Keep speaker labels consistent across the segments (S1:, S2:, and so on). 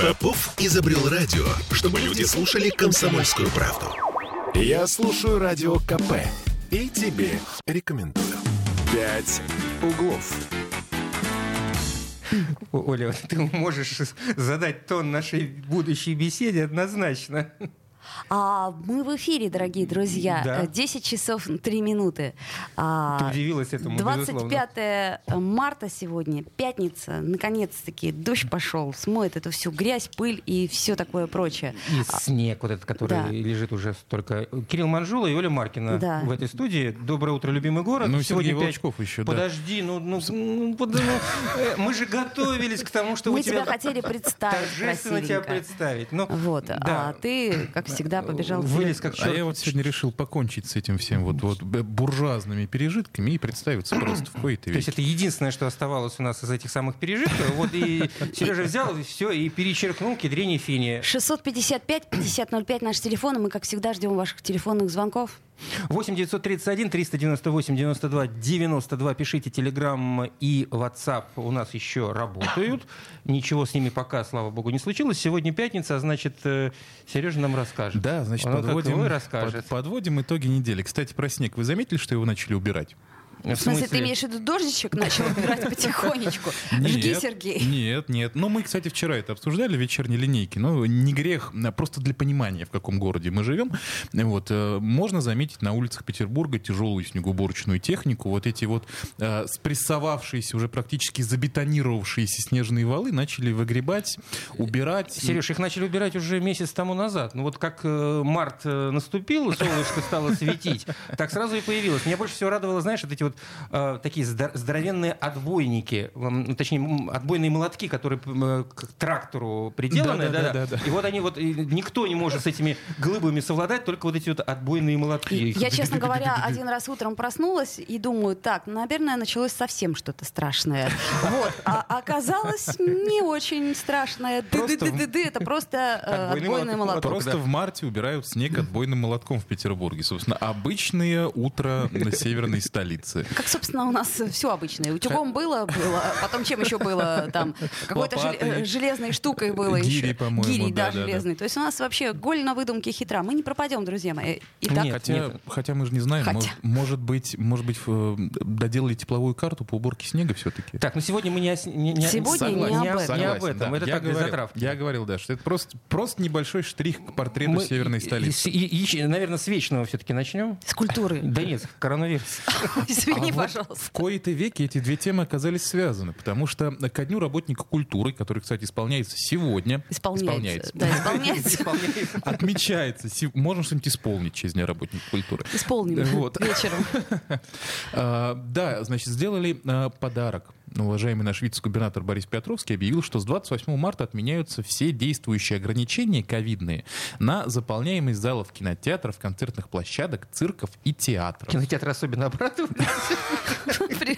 S1: Попов изобрел радио, чтобы люди слушали комсомольскую правду.
S2: Я слушаю радио КП и тебе рекомендую. Пять углов.
S3: О- Оля, ты можешь задать тон нашей будущей беседе однозначно.
S4: А мы в эфире, дорогие друзья.
S3: Да.
S4: Э, 10 часов 3 минуты.
S3: Ты
S4: А,
S3: удивилась этому, безусловно.
S4: 25 марта сегодня, пятница, наконец-таки дождь пошел, смоет эту всю грязь, пыль и все такое прочее.
S3: И снег вот этот, который
S4: Да.
S3: лежит уже столько. Кирилл Манжула и Оля Маркина
S4: Да.
S3: в этой студии. Доброе утро, любимый город.
S5: Ну, Сергей
S3: пять-
S5: Волчков еще, да.
S3: Подожди, ну, ну, ну, под- ну, э, мы же готовились к тому, что
S4: Мы
S3: вы
S4: тебя
S3: тебя
S4: хотели представить
S3: торжественно тебя
S4: красивенько.
S3: представить. Но,
S4: Вот,
S3: да, э,
S4: а ты, как всегда, побежал
S3: вылез
S4: вперед.
S3: как
S5: А
S3: черт.
S5: я вот сегодня решил покончить с этим всем вот, вот б- буржуазными пережитками и представиться просто в кои-то
S3: То есть
S5: веки.
S3: это единственное, что оставалось у нас из этих самых пережитков. Вот и Сережа взял и все, и перечеркнул кедрение фини.
S4: 655-5005 наш телефон, и мы, как всегда, ждем ваших телефонных звонков.
S3: 8 931 398 92 92. Пишите Telegram и WhatsApp у нас еще работают. Ничего с ними пока, слава богу, не случилось. Сегодня пятница, а значит, Сережа нам расскажет.
S5: Да, значит,
S3: Он, как
S5: подводим,
S3: его и расскажет.
S5: под- подводим итоги недели. Кстати, про снег. Вы заметили, что его начали убирать?
S4: В
S3: В
S4: смысле, ты имеешь в виду дождичек начал убирать потихонечку? Жги,
S5: Нет,
S4: Сергей.
S5: Нет, нет. Но мы, кстати, вчера это обсуждали в вечерней линейке. Но не грех, а просто для понимания, в каком городе мы живем. Вот, э, можно заметить на улицах Петербурга тяжелую снегоуборочную технику. Вот эти вот э, спрессовавшиеся, уже практически забетонировавшиеся снежные валы начали выгребать, убирать.
S3: Сереж, их начали убирать уже месяц тому назад. Ну вот как э, март э, наступил, и солнышко стало светить, так сразу и появилось. Меня больше всего радовало, знаешь, вот эти вот э, такие здор- здоровенные отбойники, м, ну, точнее, м, отбойные молотки, которые м, э, к трактору приделаны.
S5: Да-да-да-да-да.
S3: да-да. И вот они вот, и никто не может с этими глыбами совладать, только вот эти вот отбойные молотки.
S4: Я, честно говоря, один раз утром проснулась и думаю, так, ну, наверное, началось совсем что-то страшное. Вот. А оказалось, не очень страшное. Ды-ды-ды-ды-ды, это просто э,
S3: Отбойный
S4: отбойный
S3: молоток.
S4: молоток.
S5: Просто
S3: да.
S5: в марте убирают снег отбойным молотком в Петербурге. Собственно, обычное утро на северной столице.
S4: Как, собственно, у нас все обычное. Утюгом было, было. Потом чем еще было? Там какой-то жел-
S5: Лопатой.
S4: э, железной штукой было еще.
S5: Гирей, по-моему,
S4: Гирей, да,
S5: да, да, да.
S4: железный. То есть у нас вообще голь на выдумке хитра. Мы не пропадем, друзья мои. Итак,
S3: Нет,
S5: хотя,
S3: нет.
S5: хотя мы же не знаем,
S4: Хотя.
S5: мож- может, быть, может быть, э, доделали тепловую карту по уборке снега все-таки.
S3: Так, ну сегодня мы не, о с- не- не о-
S4: Сегодня
S3: не
S4: не об
S3: о-
S4: этом.
S3: не об этом. Это
S5: я
S3: так, для
S5: говорил,
S3: затравки.
S5: Я говорил, да, что это просто, просто небольшой штрих к портрету
S3: Мы
S5: северной
S3: и-
S5: столицы.
S3: и- и- и- наверное, с вечного все-таки начнем.
S4: с культуры.
S3: Да нет, коронавирус.
S4: Извини,
S5: А вот
S4: пожалуйста.
S5: в кои-то веки эти две темы оказались связаны, потому что ко дню работника культуры, который, кстати, исполняется сегодня,
S4: Исполняется. Да, исполняется.
S5: отмечается, се- можно что-нибудь исполнить через Дня работника культуры.
S4: Исполним
S5: Вот.
S4: вечером.
S5: А, Да, значит, сделали а, подарок. Уважаемый наш вице-губернатор Борис Петровский объявил, что с 28 марта отменяются все действующие ограничения ковидные на заполняемость залов кинотеатров, концертных площадок, цирков и театров.
S3: Кинотеатр особенно обрадовался.
S4: При-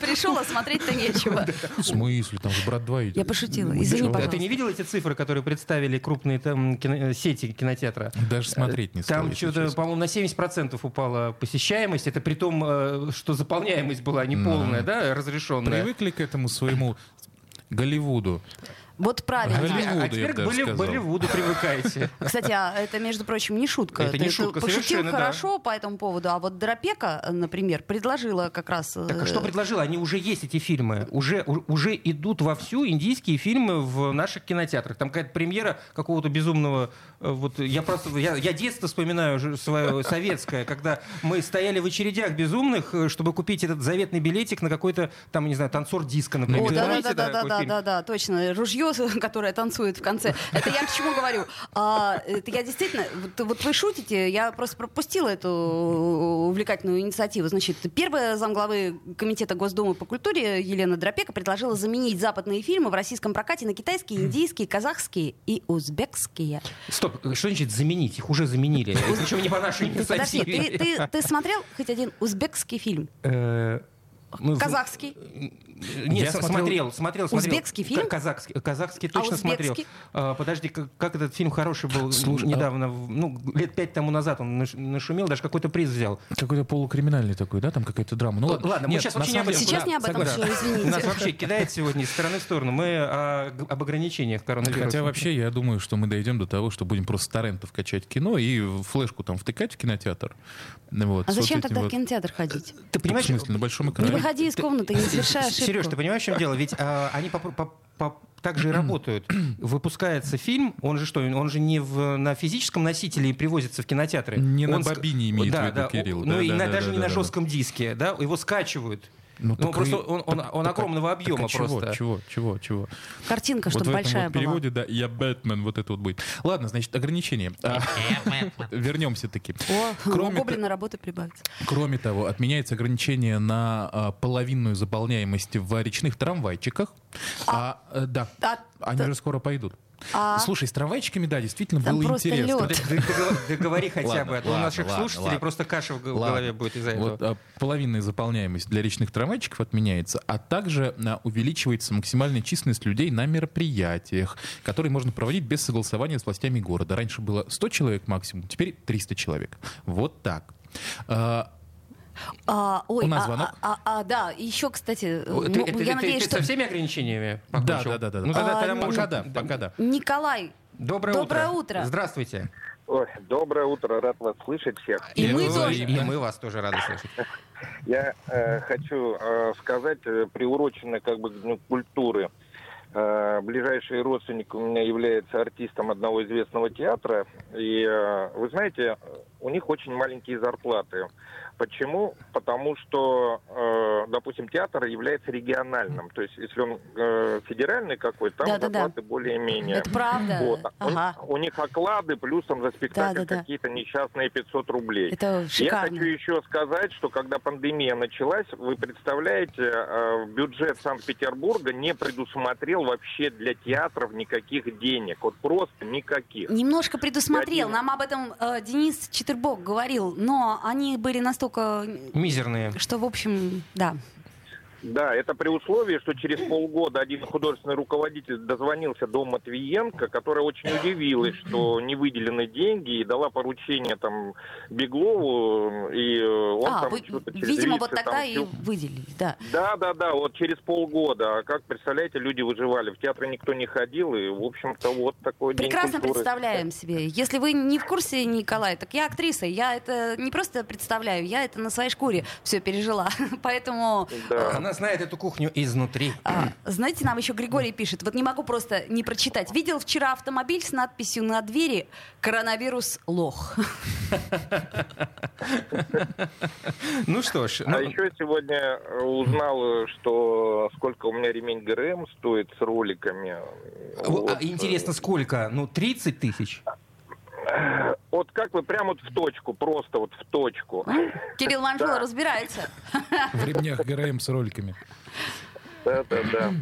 S4: Пришел, а смотреть-то нечего.
S5: В смысле? Там же «Брат 2» идет.
S4: Я пошутила.
S5: Ну,
S4: Извини,
S5: чё?
S4: пожалуйста.
S3: А Ты не видел эти цифры, которые представили крупные там кино- э, сети кинотеатра?
S4: Э,
S5: Даже смотреть не стал.
S3: Там
S5: если
S3: что-то,
S5: честно.
S3: по-моему, на 70% упала посещаемость. Это при том, э, что заполняемость была неполная, да, разрешенная.
S5: Привыкли к этому своему Голливуду.
S4: Вот правильно.
S5: Голливуд.
S3: А
S5: Голливуду,
S3: теперь
S5: я
S3: к
S5: бы даже
S3: Болли-
S5: сказал.
S3: Болливуду привыкаете.
S4: Кстати, а это, между прочим, не шутка.
S3: Это
S4: Ты
S3: не
S4: тут
S3: шутка
S4: пошутил
S3: совершенно, да.
S4: хорошо по этому поводу, а вот Доропека, например, предложила как раз... э,
S3: Так а что предложила? Они уже есть, эти фильмы. Уже, у- уже идут вовсю индийские фильмы в наших кинотеатрах. Там какая-то премьера какого-то безумного... э, Вот я просто... Я, я детство вспоминаю же свое советское, когда мы стояли в очередях безумных, э, чтобы купить этот заветный билетик на какой-то, там, не знаю, танцор диска,
S5: Ну,
S3: например.
S4: О, да,
S3: Помните,
S4: да, да, да,
S3: такой
S4: да,
S3: фильм?
S4: да, да, точно. Ружье, которое танцует в конце. Это я к чему говорю? А, это я действительно, вот, вот вы шутите, я просто пропустила эту увлекательную инициативу. Значит, первая замглавы Комитета Госдумы по культуре Елена Дропека предложила заменить западные фильмы в российском прокате на
S5: Хм.
S4: китайские, индийские, казахские и узбекские.
S3: Стоп, э, что значит заменить? Их уже заменили. Причем не по нашей
S4: Подожди,
S3: инициативе.
S4: ты, ты- ты смотрел хоть один узбекский фильм?
S3: Э, Мы в-
S4: Казахский.
S3: Нет, с-
S5: Я смотрел-
S3: смотрел, смотрел, смотрел.
S4: Узбекский фильм?
S3: К- Казахский, э, казахский точно
S4: узбекский?
S3: смотрел. А, подожди, как, как этот фильм хороший был недавно, в- ну, лет пять тому назад он наш- нашумел, даже какой-то приз взял.
S5: Какой-то полукриминальный такой, да, там какая-то драма. Ну,
S3: Л- ладно, мы сейчас
S5: на
S3: вообще не
S5: самом
S3: об этом.
S5: деле-
S4: Сейчас не об этом,
S3: Согласен.
S4: всё, извините.
S3: Нас вообще кидает сегодня из стороны в сторону. Мы о- об ограничениях коронавируса.
S5: Хотя вообще я думаю, что мы дойдем до того, что будем просто с торрентов качать кино и флешку там втыкать в кинотеатр. Ну Вот,
S4: А
S5: с
S4: зачем
S5: вот этим
S4: тогда в
S5: вот-
S4: кинотеатр ходить?
S3: Ты
S5: Ну, В
S3: понимаешь,
S5: смысле, на большом
S4: Не
S5: экране.
S4: выходи из комнаты, не совершай ошибку.
S3: Сереж, ты понимаешь, в чем дело? Ведь а, они попро- по- по- так же и работают. Выпускается фильм, он же что, он же не в- на физическом носителе и привозится в кинотеатры.
S5: Не на
S3: Он ск-
S5: бобине имеет
S3: да,
S5: в виду
S3: да,
S5: Кирилл,
S3: Ну
S5: да,
S3: и
S5: да,
S3: на-
S5: да,
S3: даже
S5: да,
S3: не на
S5: да, да.
S3: жестком диске, да, его скачивают. Ну,
S5: так
S3: просто
S5: и-
S3: он, он-
S5: так-
S3: он
S5: так-
S3: огромного
S5: так а
S3: объема
S5: чего,
S3: просто.
S5: Чего, чего, чего?
S4: Картинка,
S5: вот
S4: чтобы
S5: в этом
S4: большая
S5: вот
S4: была.
S5: переводе, да, я Бэтмен, вот это вот будет. Ладно, значит, ограничения. А, Вернемся-таки.
S4: О,
S5: Кроме
S4: у Гоблина работы прибавится.
S5: Кроме того, отменяется ограничение на а, половинную заполняемость в речных трамвайчиках. А, э, да,
S4: А-
S5: они же скоро пойдут.
S4: А-
S5: Слушай, с трамвайчиками, да, действительно
S4: Там
S5: было
S4: просто
S5: интересно.
S4: лёд.
S3: Ты- ты договор- Договори хотя
S5: Ладно,
S3: бы, а то у
S5: ладно,
S3: наших
S5: ладно,
S3: слушателей
S5: ладно.
S3: просто каша в г- в
S5: Ладно.
S3: голове будет из-за этого.
S5: Вот, а, половинная заполняемость для речных трамвайчиков отменяется, а также а, увеличивается максимальная численность людей на мероприятиях, которые можно проводить без согласования с властями города. Раньше было 100 человек максимум, теперь 300 человек. Вот так. А,
S4: А, ой,
S5: У нас
S4: а-
S5: звонок.
S4: А, а, а, да, еще, кстати,
S3: Ты-
S4: ну,
S3: ты- ты-
S4: я
S3: ты-
S4: надеюсь,
S3: ты
S4: что...
S3: со всеми ограничениями
S5: да,
S3: покончил?
S5: да, да, да.
S3: Ну тогда,
S4: А,
S3: тогда мы
S5: пока
S3: уже-
S5: да, пока да.
S4: Николай,
S3: Доброе,
S4: Доброе
S3: утро.
S4: утро.
S3: Здравствуйте.
S6: Ой, доброе утро, рад вас слышать всех.
S4: И мы
S3: вы-
S4: тоже.
S3: И мы вас тоже рады слышать.
S6: Я э, хочу э, сказать, э, приурочено как бы к Дню культуры. Э, ближайший родственник у меня является артистом одного известного театра. И э, вы знаете, у них очень маленькие зарплаты. Почему? Потому что, э, допустим, театр является региональным. То есть, если он э, федеральный какой-то, там
S4: Да-да-да.
S6: зарплаты более-менее.
S4: это правда.
S6: Вот. У-
S4: Ага.
S6: У, них оклады плюсом за спектакль
S4: Да-да-да.
S6: какие-то несчастные 500 рублей.
S4: Это
S6: Я хочу
S4: шикарно.
S6: еще сказать, что когда пандемия началась, вы представляете, э, бюджет Санкт-Петербурга не предусмотрел вообще для театров никаких денег. Вот просто никаких.
S4: Немножко предусмотрел,
S6: Я-
S4: нам об этом э, Денис Четербок говорил, но они были настолько, э,
S3: Мизерные.
S4: что, в общем, да.
S6: Да, это при условии, что через полгода один художественный руководитель дозвонился до Матвиенко, которая очень удивилась, что не выделены деньги, и дала поручение там Беглову, и э, он
S4: а,
S6: там
S4: вы-
S6: что-то через
S4: видимо,
S6: Витя
S4: вот
S6: там
S4: тогда и
S6: всё-
S4: выделили, да.
S6: Да, да, да, вот через полгода. А Как представляете, люди выживали. В театры никто не ходил, и, в общем-то, вот такой день
S4: Прекрасно
S6: культуры.
S4: представляем себе. Если вы не в курсе, Николай, так я актриса, я это не просто представляю, я это на своей шкуре все пережила. Поэтому
S6: Да.
S3: Она знает эту кухню изнутри.
S4: А, знаете, нам еще Григорий пишет, вот не могу просто не прочитать. Видел вчера автомобиль с надписью на двери «Коронавирус лох».
S3: Ну что ж, ну,
S6: А еще сегодня э, узнал, э, что сколько у меня ремень ГРМ стоит с роликами.
S3: вот, а
S6: Вот.
S3: интересно, сколько? Ну, 30 тысяч.
S6: Вот как вы прям вот в точку, просто вот в точку.
S4: А? Ну, Кирилл Манжула разбирается.
S5: В ремнях ГРМ с роликами.
S6: Да-да-да.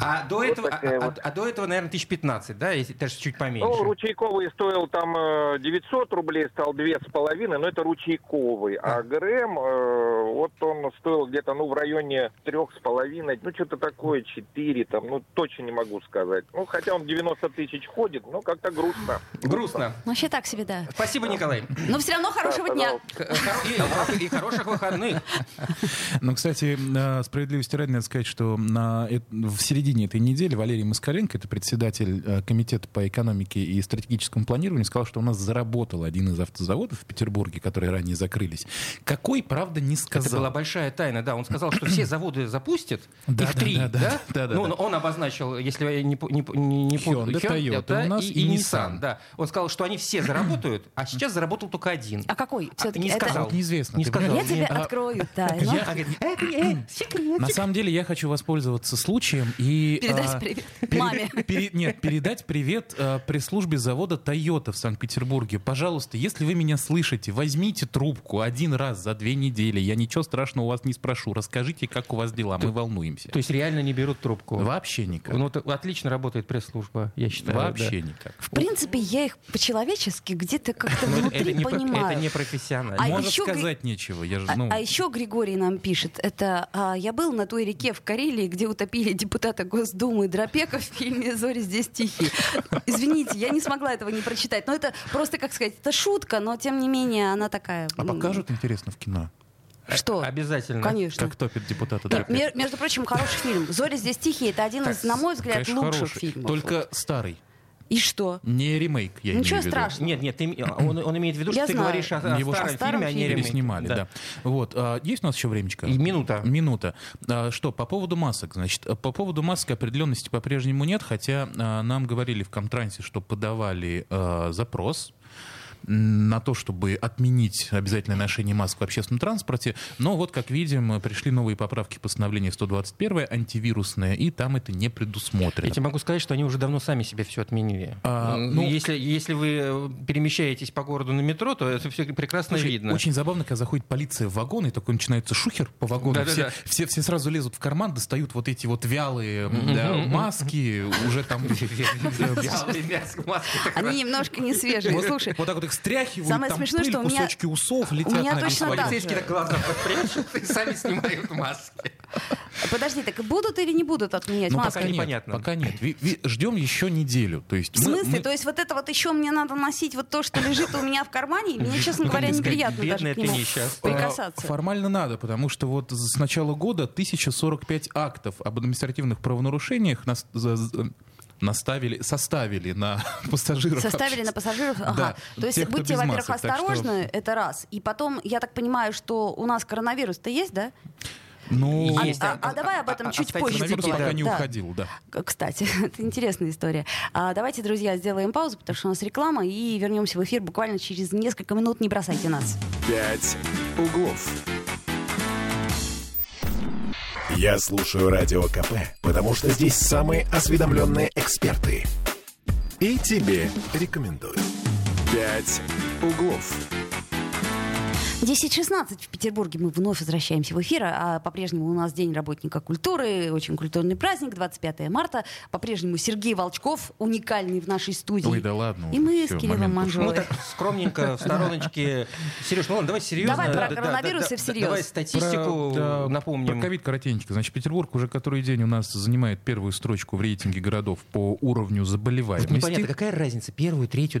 S3: А до,
S6: Вот
S3: этого, а,
S6: такая
S3: а-
S6: вот.
S3: а до этого, наверное, тысяч 15, да? Если, даже чуть поменьше.
S6: Ну, ручейковый стоил там э, 900 рублей, стал 2,5, но это ручейковый. А ГРМ, э, вот он стоил где-то, ну, в районе 3,5, ну, что-то такое, 4 там, ну, точно не могу сказать. Ну, хотя он 90 тысяч ходит, но как-то грустно.
S3: Грустно.
S4: Ну, Вообще так себе, да.
S3: Спасибо, Николай.
S4: Но все равно хорошего дня.
S6: пожалуйста.
S3: Х- хоро- И, и хороших выходных.
S5: Ну, кстати, э, справедливости ради надо сказать, что на, эт- в середине этой недели Валерий Москаленко, это председатель э, Комитета по экономике и стратегическому планированию, сказал, что у нас заработал один из автозаводов в Петербурге, которые ранее закрылись. Какой, правда, не
S3: Это была
S5: сказал.
S3: большая тайна, да. Он сказал, что все заводы запустят.
S5: Да,
S3: их
S5: да,
S3: три,
S5: да, да,
S3: да?
S5: да, да,
S3: Ну,
S5: да.
S3: он обозначил, если я не, пу- не, пу- не, не путаю,
S5: Hyundai, Toyota
S3: да,
S5: у нас
S3: и,
S5: и
S3: и
S5: Nissan.
S3: Nissan. Да. Он сказал, что они все заработают, а сейчас заработал только один.
S4: А какой? Все-таки
S3: не
S4: это...
S3: сказал.
S5: Вот неизвестно.
S3: Не
S5: Ты
S3: сказал.
S4: Я тебе
S5: А,
S4: открою тайну.
S5: Я-
S3: А говорит, «Э, э, э, секретик».
S5: На самом деле я хочу воспользоваться случаем и И,
S4: Передать
S5: а,
S4: привет
S5: пере-
S4: маме.
S5: пере- нет, передать привет э, пресс-службе завода Toyota в Санкт-Петербурге. Пожалуйста, если вы меня слышите, возьмите трубку один раз за две недели. Я ничего страшного у вас не спрошу. Расскажите, как у вас дела. Мы волнуемся.
S3: То есть реально не берут трубку?
S5: Вообще никак.
S3: Ну, это отлично работает пресс-служба, я считаю. да.
S5: Вообще никак.
S4: В принципе, я их по-человечески где-то как-то
S3: Ну,
S4: внутри
S3: это, не, про-
S4: понимаю.
S3: это не профессионально.
S4: А
S5: Можно
S4: еще гри-
S5: сказать нечего. Я же,
S4: А,
S5: ну,
S4: а еще Григорий нам пишет, это а, я был на той реке в Карелии, где утопили депутата Госдумы Дропека в фильме «Зори здесь тихие». Извините, я не смогла этого не прочитать. Но это просто, как сказать, это шутка, но тем не менее она такая.
S5: а
S4: м,
S5: покажут, А, интересно, в кино?
S4: Что?
S3: Обязательно.
S4: Конечно. Ну,
S5: Как топит депутата.
S4: И,
S5: Дропек?
S4: мер- между прочим, хороший фильм. «Зори здесь тихие» — это один из, на мой взгляд,
S5: Конечно,
S4: лучших
S5: хороший.
S4: фильмов.
S5: Только старый.
S4: И что?
S5: Не ремейк, я
S4: Ничего
S5: имею в виду.
S4: страшного.
S3: Нет, нет, ты им- он, он имеет в виду,
S4: Я
S3: что ты
S4: знаю.
S3: говоришь о, о
S5: Его
S3: старом,
S4: о старом
S3: фильме, а не
S4: фильме.
S3: ремейке.
S5: Переснимали, да. Вот, а, есть у нас еще времечко?
S3: И минута.
S5: Минута. А, что, по поводу масок, значит, по поводу масок определенности по-прежнему нет, хотя а, нам говорили в Комтрансе, что подавали а, запрос м, на то, чтобы отменить обязательное ношение масок в общественном транспорте. Но вот, как видим, пришли новые поправки постановления 121 антивирусное, и там это не предусмотрено.
S3: Я тебе могу сказать, что они уже давно сами себе все отменили.
S5: А,
S3: М,
S5: ну-
S3: если, если вы э, перемещаетесь по городу на метро, то это все прекрасно
S5: Слушай,
S3: видно.
S5: Очень забавно, когда заходит полиция в вагон, и такой начинается шухер по вагону.
S3: Да-да-да.
S5: все, все, все сразу лезут в карман, достают вот эти вот вялые м,
S3: Мгм,
S5: да,
S3: мгм,
S5: маски, уже там...
S3: Вялые мясо, маски, так раз.
S4: Они немножко не свежие.
S5: Вот,
S4: Слушай,
S5: вот так вот их стряхивают,
S4: Самое
S5: там
S4: смешное,
S5: пыль,
S4: что у меня-
S5: кусочки усов летят.
S4: меня
S5: на
S4: точно
S5: весь вагон.
S4: так же.
S3: Полицейские так глаза подпрячут и сами снимают маски.
S4: подожди, так будут или не будут отменять
S5: Ну,
S4: маску?
S5: пока нет,
S3: непонятно.
S5: пока нет. Ви- ви- Ждем еще неделю. То есть
S4: В
S5: мы-
S4: смысле?
S5: мы-
S4: То есть вот это вот еще мне надо носить вот то, что лежит у меня в кармане? Мне, честно
S3: Ну, как
S4: говоря,
S3: тебе сказать,
S4: неприятно даже
S3: бедная
S4: к
S3: ты
S4: нему
S3: несчастная.
S5: А,
S4: прикасаться.
S5: Формально надо, потому что вот с начала года 1045 актов об административных правонарушениях нас- за- за- наставили, составили на пассажиров.
S4: Составили на пассажиров. Ага.
S5: Да,
S4: То есть
S5: тех, кто
S4: будьте,
S5: без
S4: во-первых,
S5: масок, так что-
S4: осторожны, это раз. И потом, я так понимаю, что у нас коронавирус-то есть, да?
S5: Ну,
S4: А- а- а давай об этом чуть
S3: кстати,
S4: позже
S5: коронавирус
S4: Да,
S5: пока не
S4: да.
S5: уходил, да.
S4: К- Кстати, это интересная история. А, давайте, друзья, сделаем паузу, потому что у нас реклама, и вернемся в эфир буквально через несколько минут. Не бросайте нас.
S2: «Пять углов». Я слушаю Радио КП, потому что здесь самые осведомленные эксперты. И тебе рекомендую. «Пять углов».
S4: 10.16 в Петербурге. Мы вновь возвращаемся в эфир. А по-прежнему у нас День работника культуры. Очень культурный праздник. 25 марта. По-прежнему Сергей Волчков, уникальный в нашей студии.
S5: Ой, да ладно
S4: И
S5: уже,
S4: мы
S5: всё,
S4: с Кириллом
S5: момент
S4: Манжовым.
S3: Ну так скромненько в стороночке. Сереж, ну ладно, давай серьезно.
S4: Давай про
S3: Да, да, да,
S4: коронавирус
S3: да,
S4: и всерьез.
S3: Давай статистику
S5: Про- да, Про
S3: Ну, напомним.
S5: ковид коротенько. Значит, Петербург уже который день у нас занимает первую строчку в рейтинге городов по уровню
S3: Вот
S5: заболеваемости.
S3: непонятно, какая разница, первую, третью,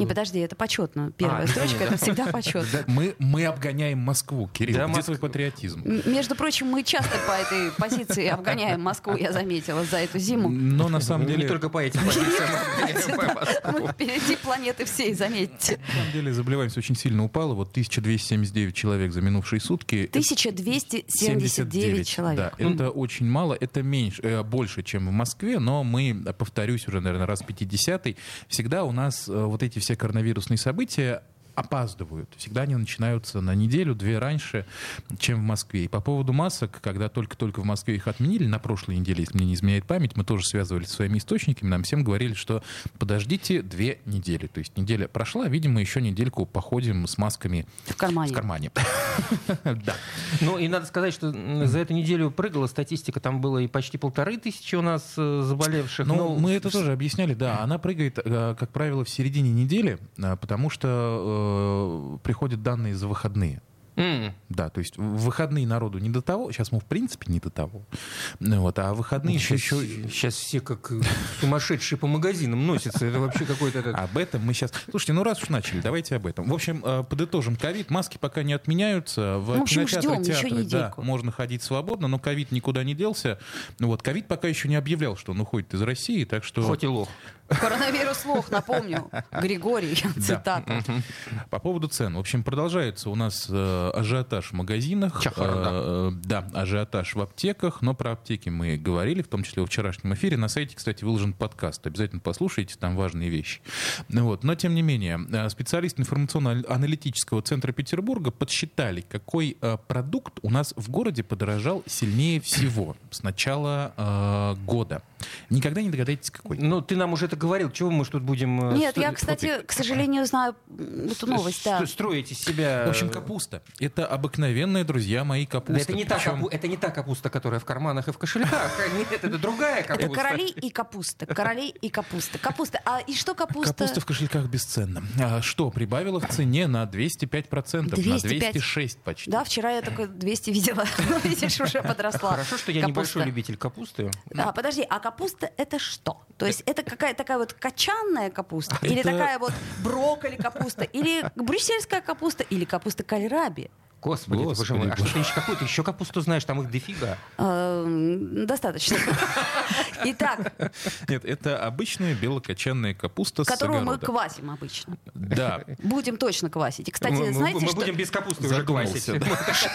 S4: Не, подожди, это почетно. Первая
S3: А,
S4: строчка,
S3: извини,
S4: это всегда почетно.
S5: Мы, мы обгоняем Москву, Кирилл.
S3: Да,
S5: Где
S3: Моск-
S5: твой патриотизм?
S4: М, Между прочим, мы часто по этой позиции обгоняем Москву, я заметила, за эту зиму.
S5: Но на самом
S3: Ну, Не
S5: деле...
S3: только по этим позициям.
S4: Мы впереди планеты всей, заметьте.
S5: На самом деле заболеваемость очень сильно упала. Вот 1279 человек за минувшие сутки.
S4: 1279
S5: Да,
S4: человек.
S5: это очень мало, это меньше, э, больше, чем в Москве, но мы, э, повторюсь уже, наверное, раз 50 всегда у нас э, вот эти все коронавирусные события опаздывают. Всегда они начинаются на неделю-две раньше, чем в Москве. И по поводу масок, когда только-только в Москве их отменили, на прошлой неделе, если мне не изменяет память, мы тоже связывались со своими источниками, нам всем говорили, что подождите две недели. То есть неделя прошла, видимо, еще недельку походим с масками
S4: В
S5: в
S4: кармане.
S5: кармане. Да.
S3: Ну и надо сказать, что м, за эту неделю прыгала статистика, там было и почти полторы тысячи у нас э, заболевших.
S5: Ну,
S3: Ну,
S5: мы это тоже объясняли, да. Она прыгает, э, как правило, в середине недели, э, потому что э, приходят данные за выходные.
S3: м,
S5: Да, то есть в выходные народу не до того. Сейчас мы, в принципе, не до того. Ну Вот, а выходные еще...
S3: сейчас, сейчас все как э, сумасшедшие по магазинам носятся. Это вообще какой-то... этот-
S5: Об этом мы сейчас... Слушайте, ну раз уж начали, давайте об этом. В общем, э, подытожим. Ковид, маски пока не отменяются. В,
S4: Ну, В общем,
S5: кинотеатры,
S4: ждем еще
S5: театры, да,
S4: недельку.
S5: можно ходить свободно, но ковид никуда не делся. Ну вот, ковид пока еще не объявлял, что он уходит из России, так что...
S3: Хоть и лох.
S4: Коронавирус лох, напомню. Григорий, цитата.
S5: По поводу цен. В общем, продолжается у нас э, э, ажиотаж в магазинах.
S3: Чахара,
S5: э, да, ажиотаж в аптеках, но про аптеки мы говорили, в том числе во вчерашнем эфире. На сайте, кстати, выложен подкаст, обязательно послушайте, там важные вещи. Ну Вот. Но, тем не менее, э, специалисты информационно-аналитического центра Петербурга подсчитали, какой э, продукт у нас в городе подорожал сильнее всего с начала э, года. Никогда не догадаетесь, какой.
S3: Ну, ты нам уже это говорил, чего мы ж тут будем... э,
S4: Нет,
S3: стро-
S4: я, кстати, к сожалению, знаю м, эту новость,
S3: с-
S4: да.
S3: Строить из себя...
S5: В общем,
S3: э,
S5: капуста. Это обыкновенная, друзья мои,
S3: Да
S5: капуста.
S3: это не, та
S5: Причем-
S3: капу- это не та капуста, которая в карманах и в кошельках. Нет, это другая
S4: Это
S3: капуста.
S4: короли и капуста, короли и капуста. Капуста, а и что капуста?
S5: Капуста в кошельках бесценна. А что, прибавила в цене на 205%,
S4: 205?
S5: на 206% почти.
S4: Да, вчера я только 200 видела, но видишь, уже подросла.
S3: Хорошо, что я
S4: Капуста.
S3: небольшой любитель капусты.
S4: А, подожди, а капуста это что? То есть это какая такая вот качанная капуста?
S3: А
S4: Или
S5: Это-
S4: такая вот брокколи капуста? Или брюссельская капуста? Или капуста кальраби?
S3: Господи, ты, боже мой, а что ты еще какую? Ты еще капусту знаешь, там их дофига.
S4: Эм, Достаточно. Итак,
S5: Нет, это обычная белокочанная капуста
S4: которую
S5: с
S4: мы
S5: огорода.
S4: квасим обычно.
S5: Да.
S4: Будем точно квасить. И, кстати,
S3: мы, мы-
S4: знаете,
S3: мы
S4: что...
S3: будем без капусты уже квасить.
S5: Задумался,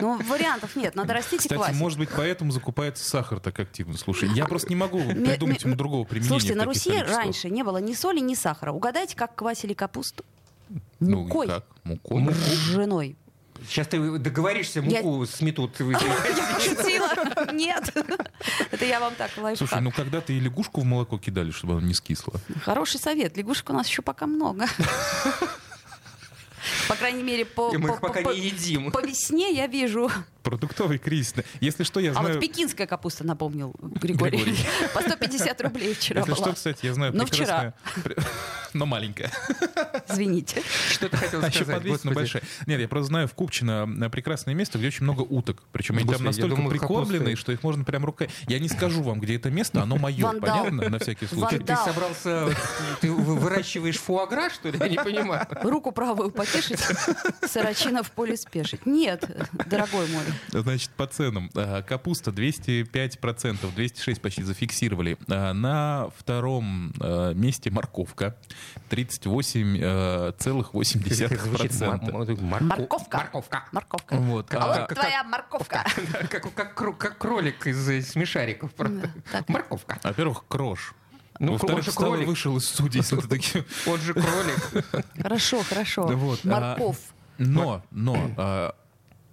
S4: Ну, вариантов нет, надо растить и
S5: Кстати,
S4: квасить.
S5: может быть, поэтому закупается сахар так активно. Слушай, я просто не могу
S4: Ме-
S5: придумать
S4: ме-
S5: ему другого применения.
S4: Слушайте,
S5: в
S4: на
S5: таких
S4: Руси
S5: количествах.
S4: раньше не было ни соли, ни сахара. Угадайте, как квасили капусту?
S5: Ну, и
S4: Мукой.
S5: как? Мукой.
S4: Ржаной.
S3: Сейчас ты договоришься, муку сметут.
S4: Я пошутила. Нет. Это я вам так
S5: Слушай,
S4: лайфхак.
S5: ну когда ты и лягушку в молоко кидали, чтобы она не скисла?
S4: Хороший совет. Лягушек у нас еще пока много. По крайней мере, по,
S3: И мы
S4: по-
S3: их пока
S4: по-
S3: не едим.
S4: по весне я вижу.
S5: Продуктовый кризис. Если что, я
S4: А
S5: знаю...
S4: вот пекинская капуста, напомнил Григорий.
S5: Григорий.
S4: По 150 рублей вчера
S5: Если что,
S4: была.
S5: кстати, я знаю
S4: Но
S5: прекрасное... Но маленькая.
S4: Извините.
S3: Что ты хотел
S5: А еще
S3: сказать,
S5: подвесина
S3: господи?
S5: большая. Нет, я просто знаю в Купчино м, прекрасное место, где очень много уток. Причем они
S3: Ну, Господи,
S5: там
S3: я
S5: настолько
S3: думал,
S5: прикормленные,
S3: капустой.
S5: что их можно прям рукой... Я не скажу вам, где это место, оно мое,
S4: Вандал.
S5: понятно? На всякий случай.
S3: Ты, ты
S4: Да.
S3: собрался, ты вы- выращиваешь фуагра, что ли? Я не понимаю.
S4: Руку правую потешить, сорочина в поле спешить. Нет, дорогой мой.
S5: Значит, по ценам. А, Капуста 205%, 206 почти зафиксировали. А, На втором а, месте морковка э, 38,8%.
S4: Морковка.
S3: Морковка.
S4: Морковка.
S5: Вот.
S4: А
S5: А,
S4: вот твоя морковка.
S3: Как, как, кру- как кролик из э, смешариков, правда. Морковка.
S5: Во-первых, крош.
S3: Ну, он
S5: Во-вторых,
S3: же
S5: встал и
S3: кролик.
S5: вышел из судей с вот таким
S3: Он же кролик.
S4: Хорошо, хорошо.
S5: Вот, а,
S4: Морков.
S5: Но, но, а,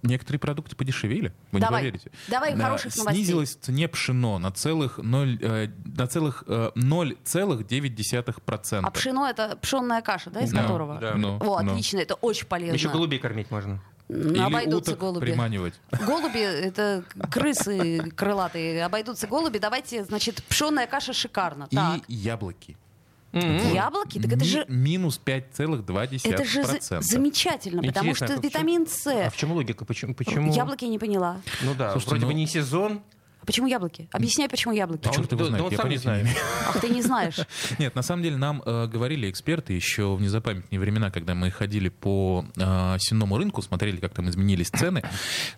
S5: некоторые продукты подешевели, вы
S4: Давай.
S5: не поверите.
S4: Давай
S5: Да,
S4: хороших новостей.
S5: Снизилось в цене пшено на целых ноль, э, на целых э, 0,9%.
S4: А пшено это пшенная каша, да, из
S5: Да,
S4: которого?
S5: да. Ну,
S4: О,
S5: ну.
S4: отлично, это очень полезно.
S3: Еще голубей кормить можно.
S4: Ну,
S5: Или
S4: обойдутся
S5: уток
S4: голуби.
S5: приманивать.
S4: Голуби это крысы крылатые. Обойдутся голуби. Давайте, значит, пшеная каша шикарно. Так.
S5: И яблоки.
S4: Яблоки? Так это
S5: Ми-
S4: же.
S5: Минус 5,2%.
S4: Это же за- замечательно, потому что
S3: Интересно, а почему-
S4: витамин С.
S3: А в чем логика? Почему? почему...
S4: Яблоки я не поняла.
S3: Ну да,
S5: Слушайте,
S3: вроде
S5: ну-
S3: бы не сезон.
S4: Почему яблоки? Объясняй, почему яблоки.
S5: Да
S3: А
S5: черт
S3: он-
S5: его
S3: да-
S5: знает,
S3: да он
S5: я
S3: сам не
S5: понятия
S3: знает.
S5: не имею.
S4: Ах, ты не знаешь.
S5: Нет, на самом деле нам э, говорили эксперты еще в незапамятные времена, когда мы ходили по э, сенному рынку, смотрели, как там изменились цены.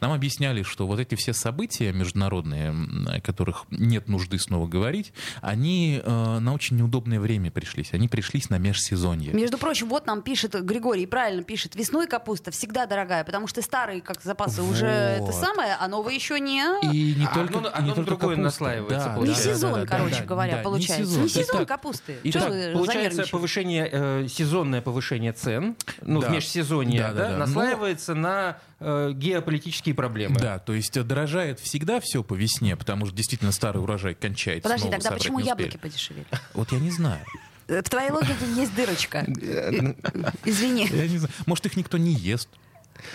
S5: Нам объясняли, что вот эти все события международные, м, о которых нет нужды снова говорить, они э, на очень неудобное время пришлись. Они пришлись на межсезонье.
S4: Между прочим, вот нам пишет Григорий, правильно пишет, весной капуста всегда дорогая, потому что старые как запасы уже это
S5: Вот.
S4: самое, а новые еще не.
S5: И не
S3: А
S5: только,
S3: одно-
S5: и
S3: одно
S5: не
S3: на
S5: только
S3: другое
S5: капуста.
S3: наслаивается,
S5: Да,
S4: Не
S5: да,
S3: получается.
S4: сезон,
S5: да, да,
S4: короче
S5: да,
S4: говоря,
S5: да, не
S4: получается.
S5: сезон.
S4: Не сезон
S5: Итак,
S4: капусты.
S5: и
S4: Чё
S5: так,
S4: вы
S3: Получается,
S4: занервничали?
S3: повышение, э, сезонное повышение цен, ну,
S5: Да.
S3: в межсезонье,
S5: Да,
S3: да,
S5: да, да.
S3: наслаивается на э, геополитические проблемы.
S5: Да, то есть э, дорожает всегда все по весне, потому что действительно старый урожай кончается.
S4: Подожди,
S5: нового
S4: тогда
S5: собрать
S4: почему
S5: не успели.
S4: яблоки подешевели?
S5: Вот я не знаю.
S4: Э, В твоей логике есть дырочка. Э, э, Извини.
S5: Я не знаю. Может, их никто не ест.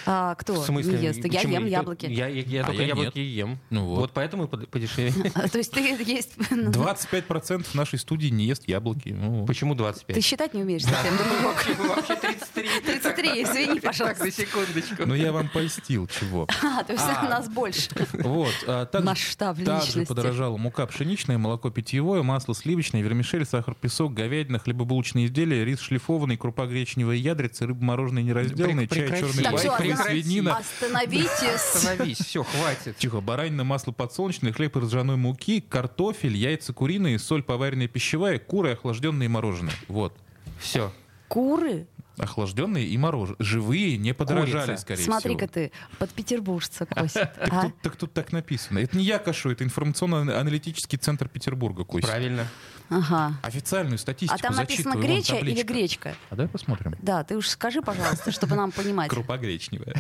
S4: А кто
S3: В смысле?
S4: не ест? Я
S3: Почему
S4: ем
S3: никто-
S4: яблоки.
S3: Я, я- я
S5: А
S3: только
S5: я
S3: яблоки
S5: нет.
S3: и ем.
S5: Ну вот. Ну
S3: поэтому и под- подешевле.
S4: А, То есть ты есть... ну,
S5: 25% нашей студии не ест яблоки. Ну,
S3: Почему
S4: Ты
S3: 25?
S4: считать не умеешь совсем, дружок.
S3: Вообще 33.
S4: 33, извини,
S3: Так,
S4: пожалуйста.
S3: за секундочку.
S5: ну я вам польстил чего.
S4: А, то есть нас больше.
S5: Вот. а, также-
S4: Масштаб
S5: Также
S4: личности.
S5: подорожала мука пшеничная, молоко питьевое, масло сливочное, вермишель, сахар, песок, говядина, хлебобулочные изделия, рис шлифованный, крупа гречневая ядрица, рыба мороженая неразделанная,
S3: Прек-
S5: чай черный
S4: Так,
S3: прекрати.
S5: чай,
S4: всё,
S5: хрен,
S3: прекрати.
S5: свинина.
S4: Остановитесь.
S3: Остановись, все, хватит.
S5: Тихо, баранина, масло подсолнечное, хлеб из ржаной муки, картофель, яйца куриные, соль поваренная пищевая, куры охлажденные и мороженое. Вот.
S3: Все.
S4: Куры?
S5: Охлажденные и мороженое. Живые не подорожали,
S3: Курица.
S5: скорее
S4: Смотри-ка
S5: всего.
S4: ты, под петербуржца косит.
S5: Так,
S4: а?
S5: тут, так тут так написано. Это не я кашу, это информационно-аналитический центр Петербурга косит.
S3: Правильно.
S4: Ага.
S5: Официальную
S4: А
S5: статистику
S4: там написано
S5: зачитываю, вон
S4: греча или
S5: табличка.
S4: гречка?
S5: А давай посмотрим.
S4: Да, ты уж скажи, пожалуйста, чтобы нам понимать.
S5: Крупа гречневая.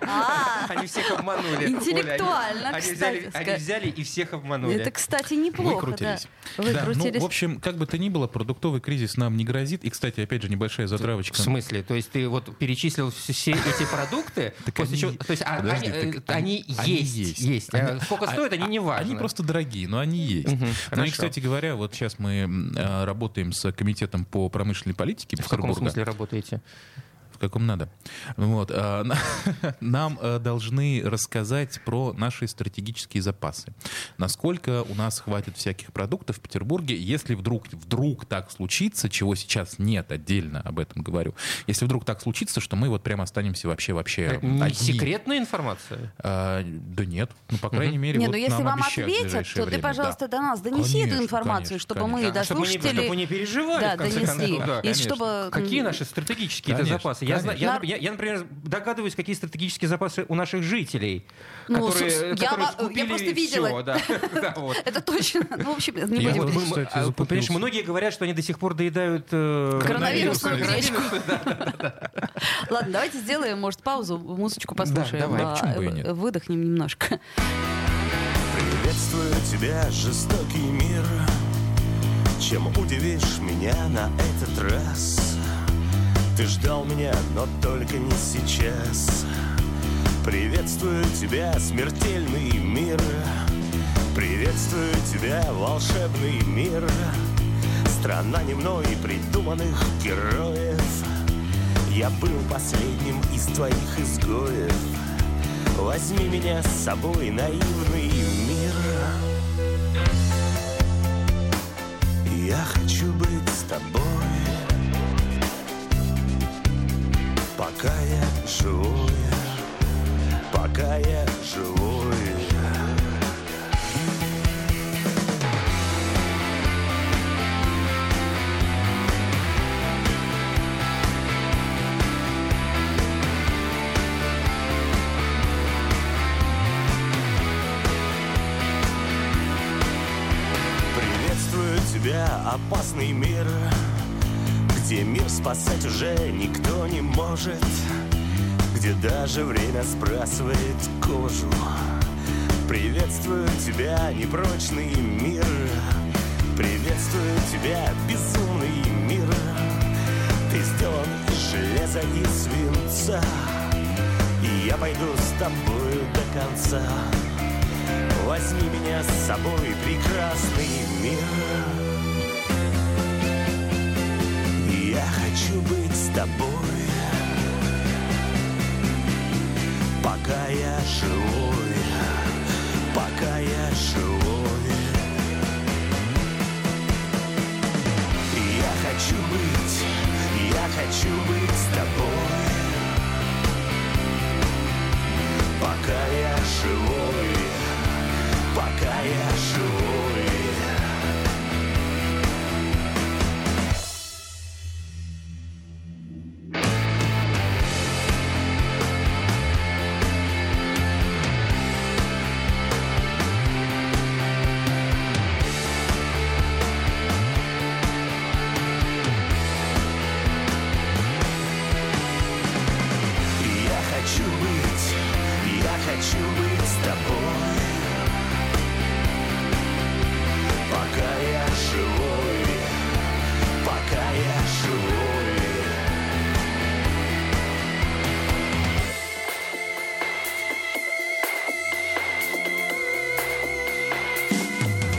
S4: А,
S3: Они всех обманули. Оля, они-
S4: Интеллектуально,
S3: они
S4: кстати,
S3: взяли- Они
S4: ска-
S3: взяли и всех обманули.
S4: это, кстати, неплохо. да.
S5: Ну, Выкрутились. Да, ну,
S4: Выкрутились.
S5: в общем, как бы то ни было, продуктовый кризис нам не грозит. И, кстати, опять же, небольшая
S3: В
S5: затравочка.
S3: смысле? То есть ты вот перечислил все все эти продукты,
S5: Так
S3: после
S5: они-
S3: чего... То есть а,
S5: подожди,
S3: они,
S5: так
S3: э, они
S5: они
S3: есть. есть. А Сколько
S5: а-
S3: стоит, они
S5: а-
S3: не важно.
S5: Они просто дорогие, но они есть.
S3: Мгм,
S5: ну и,
S3: хорошо.
S5: кстати говоря, вот сейчас мы м, э, работаем с комитетом по промышленной политике
S3: В каком
S5: Петербурга.
S3: смысле работаете?
S5: В каком надо. Вот. э, на- Нам э, должны рассказать про наши стратегические запасы. Насколько у нас хватит всяких продуктов в Петербурге, если вдруг, вдруг так случится, чего сейчас нет, отдельно об этом говорю, если вдруг так случится, что мы вот прям останемся вообще-вообще
S4: Э,
S3: Это не
S5: одни.
S3: секретная информация?
S5: А, да нет, ну, по крайней мере,
S4: Не,
S5: вот
S4: ну если
S5: нам
S4: вам
S5: обещают в
S4: ответят,
S5: ближайшее
S4: то ты,
S5: время, да.
S4: пожалуйста, до нас донеси
S5: Конечно,
S4: эту информацию,
S5: конечно,
S4: чтобы мы и
S5: конечно. А
S4: до
S3: А, Чтобы не,
S4: слушателей...
S3: чтобы не переживали,
S4: Да,
S3: в конце
S4: донесли.
S3: концов. да.
S4: И
S5: конечно.
S4: чтобы... м,
S3: Какие наши стратегические
S5: Конечно,
S3: запасы? Я, знаю- я,
S4: конечно.
S3: я- я, например, догадываюсь, какие стратегические запасы у наших жителей,
S4: Ну,
S3: которые,
S4: собственно, я
S3: которые
S4: во- я
S3: скупили
S4: просто
S3: всё,
S4: видела.
S3: да. Да, вот.
S4: Это точно. Ну, в общем, не
S5: Я
S4: будем...
S5: вот
S3: Мы-
S4: перечислять.
S5: кстати,
S3: а,
S5: запутался.
S3: понимаешь, многие говорят, что они до сих пор доедают э,
S4: Коронавирусную
S3: коронавирусную
S4: Ладно, давайте сделаем, может, паузу, музычку послушаем.
S3: давай.
S5: А почему бы и нет?
S4: Выдохнем немножко.
S7: Приветствую тебя, жестокий мир Чем удивишь меня на этот раз Ты ждал меня, но только не сейчас Приветствую тебя, смертельный мир Приветствую тебя, волшебный мир Страна не мной придуманных героев Я был последним из твоих изгоев Возьми меня с собой, наивный мир Я хочу быть с тобой Пока я живой Пока я живой Приветствую тебя, опасный мир Где мир спасать уже никто не может Где даже время сбрасывает кожу Приветствую тебя, непрочный мир Приветствую тебя, безумный мир Ты сделан из железа и свинца И я пойду с тобою до конца Возьми меня с собой, прекрасный мир. Я хочу быть с тобой, пока я живой, пока я живой. Я хочу быть, я хочу быть с тобой, пока я живой пока я живой. Я хочу быть, я хочу быть с тобой. Пока я живой, пока я живой.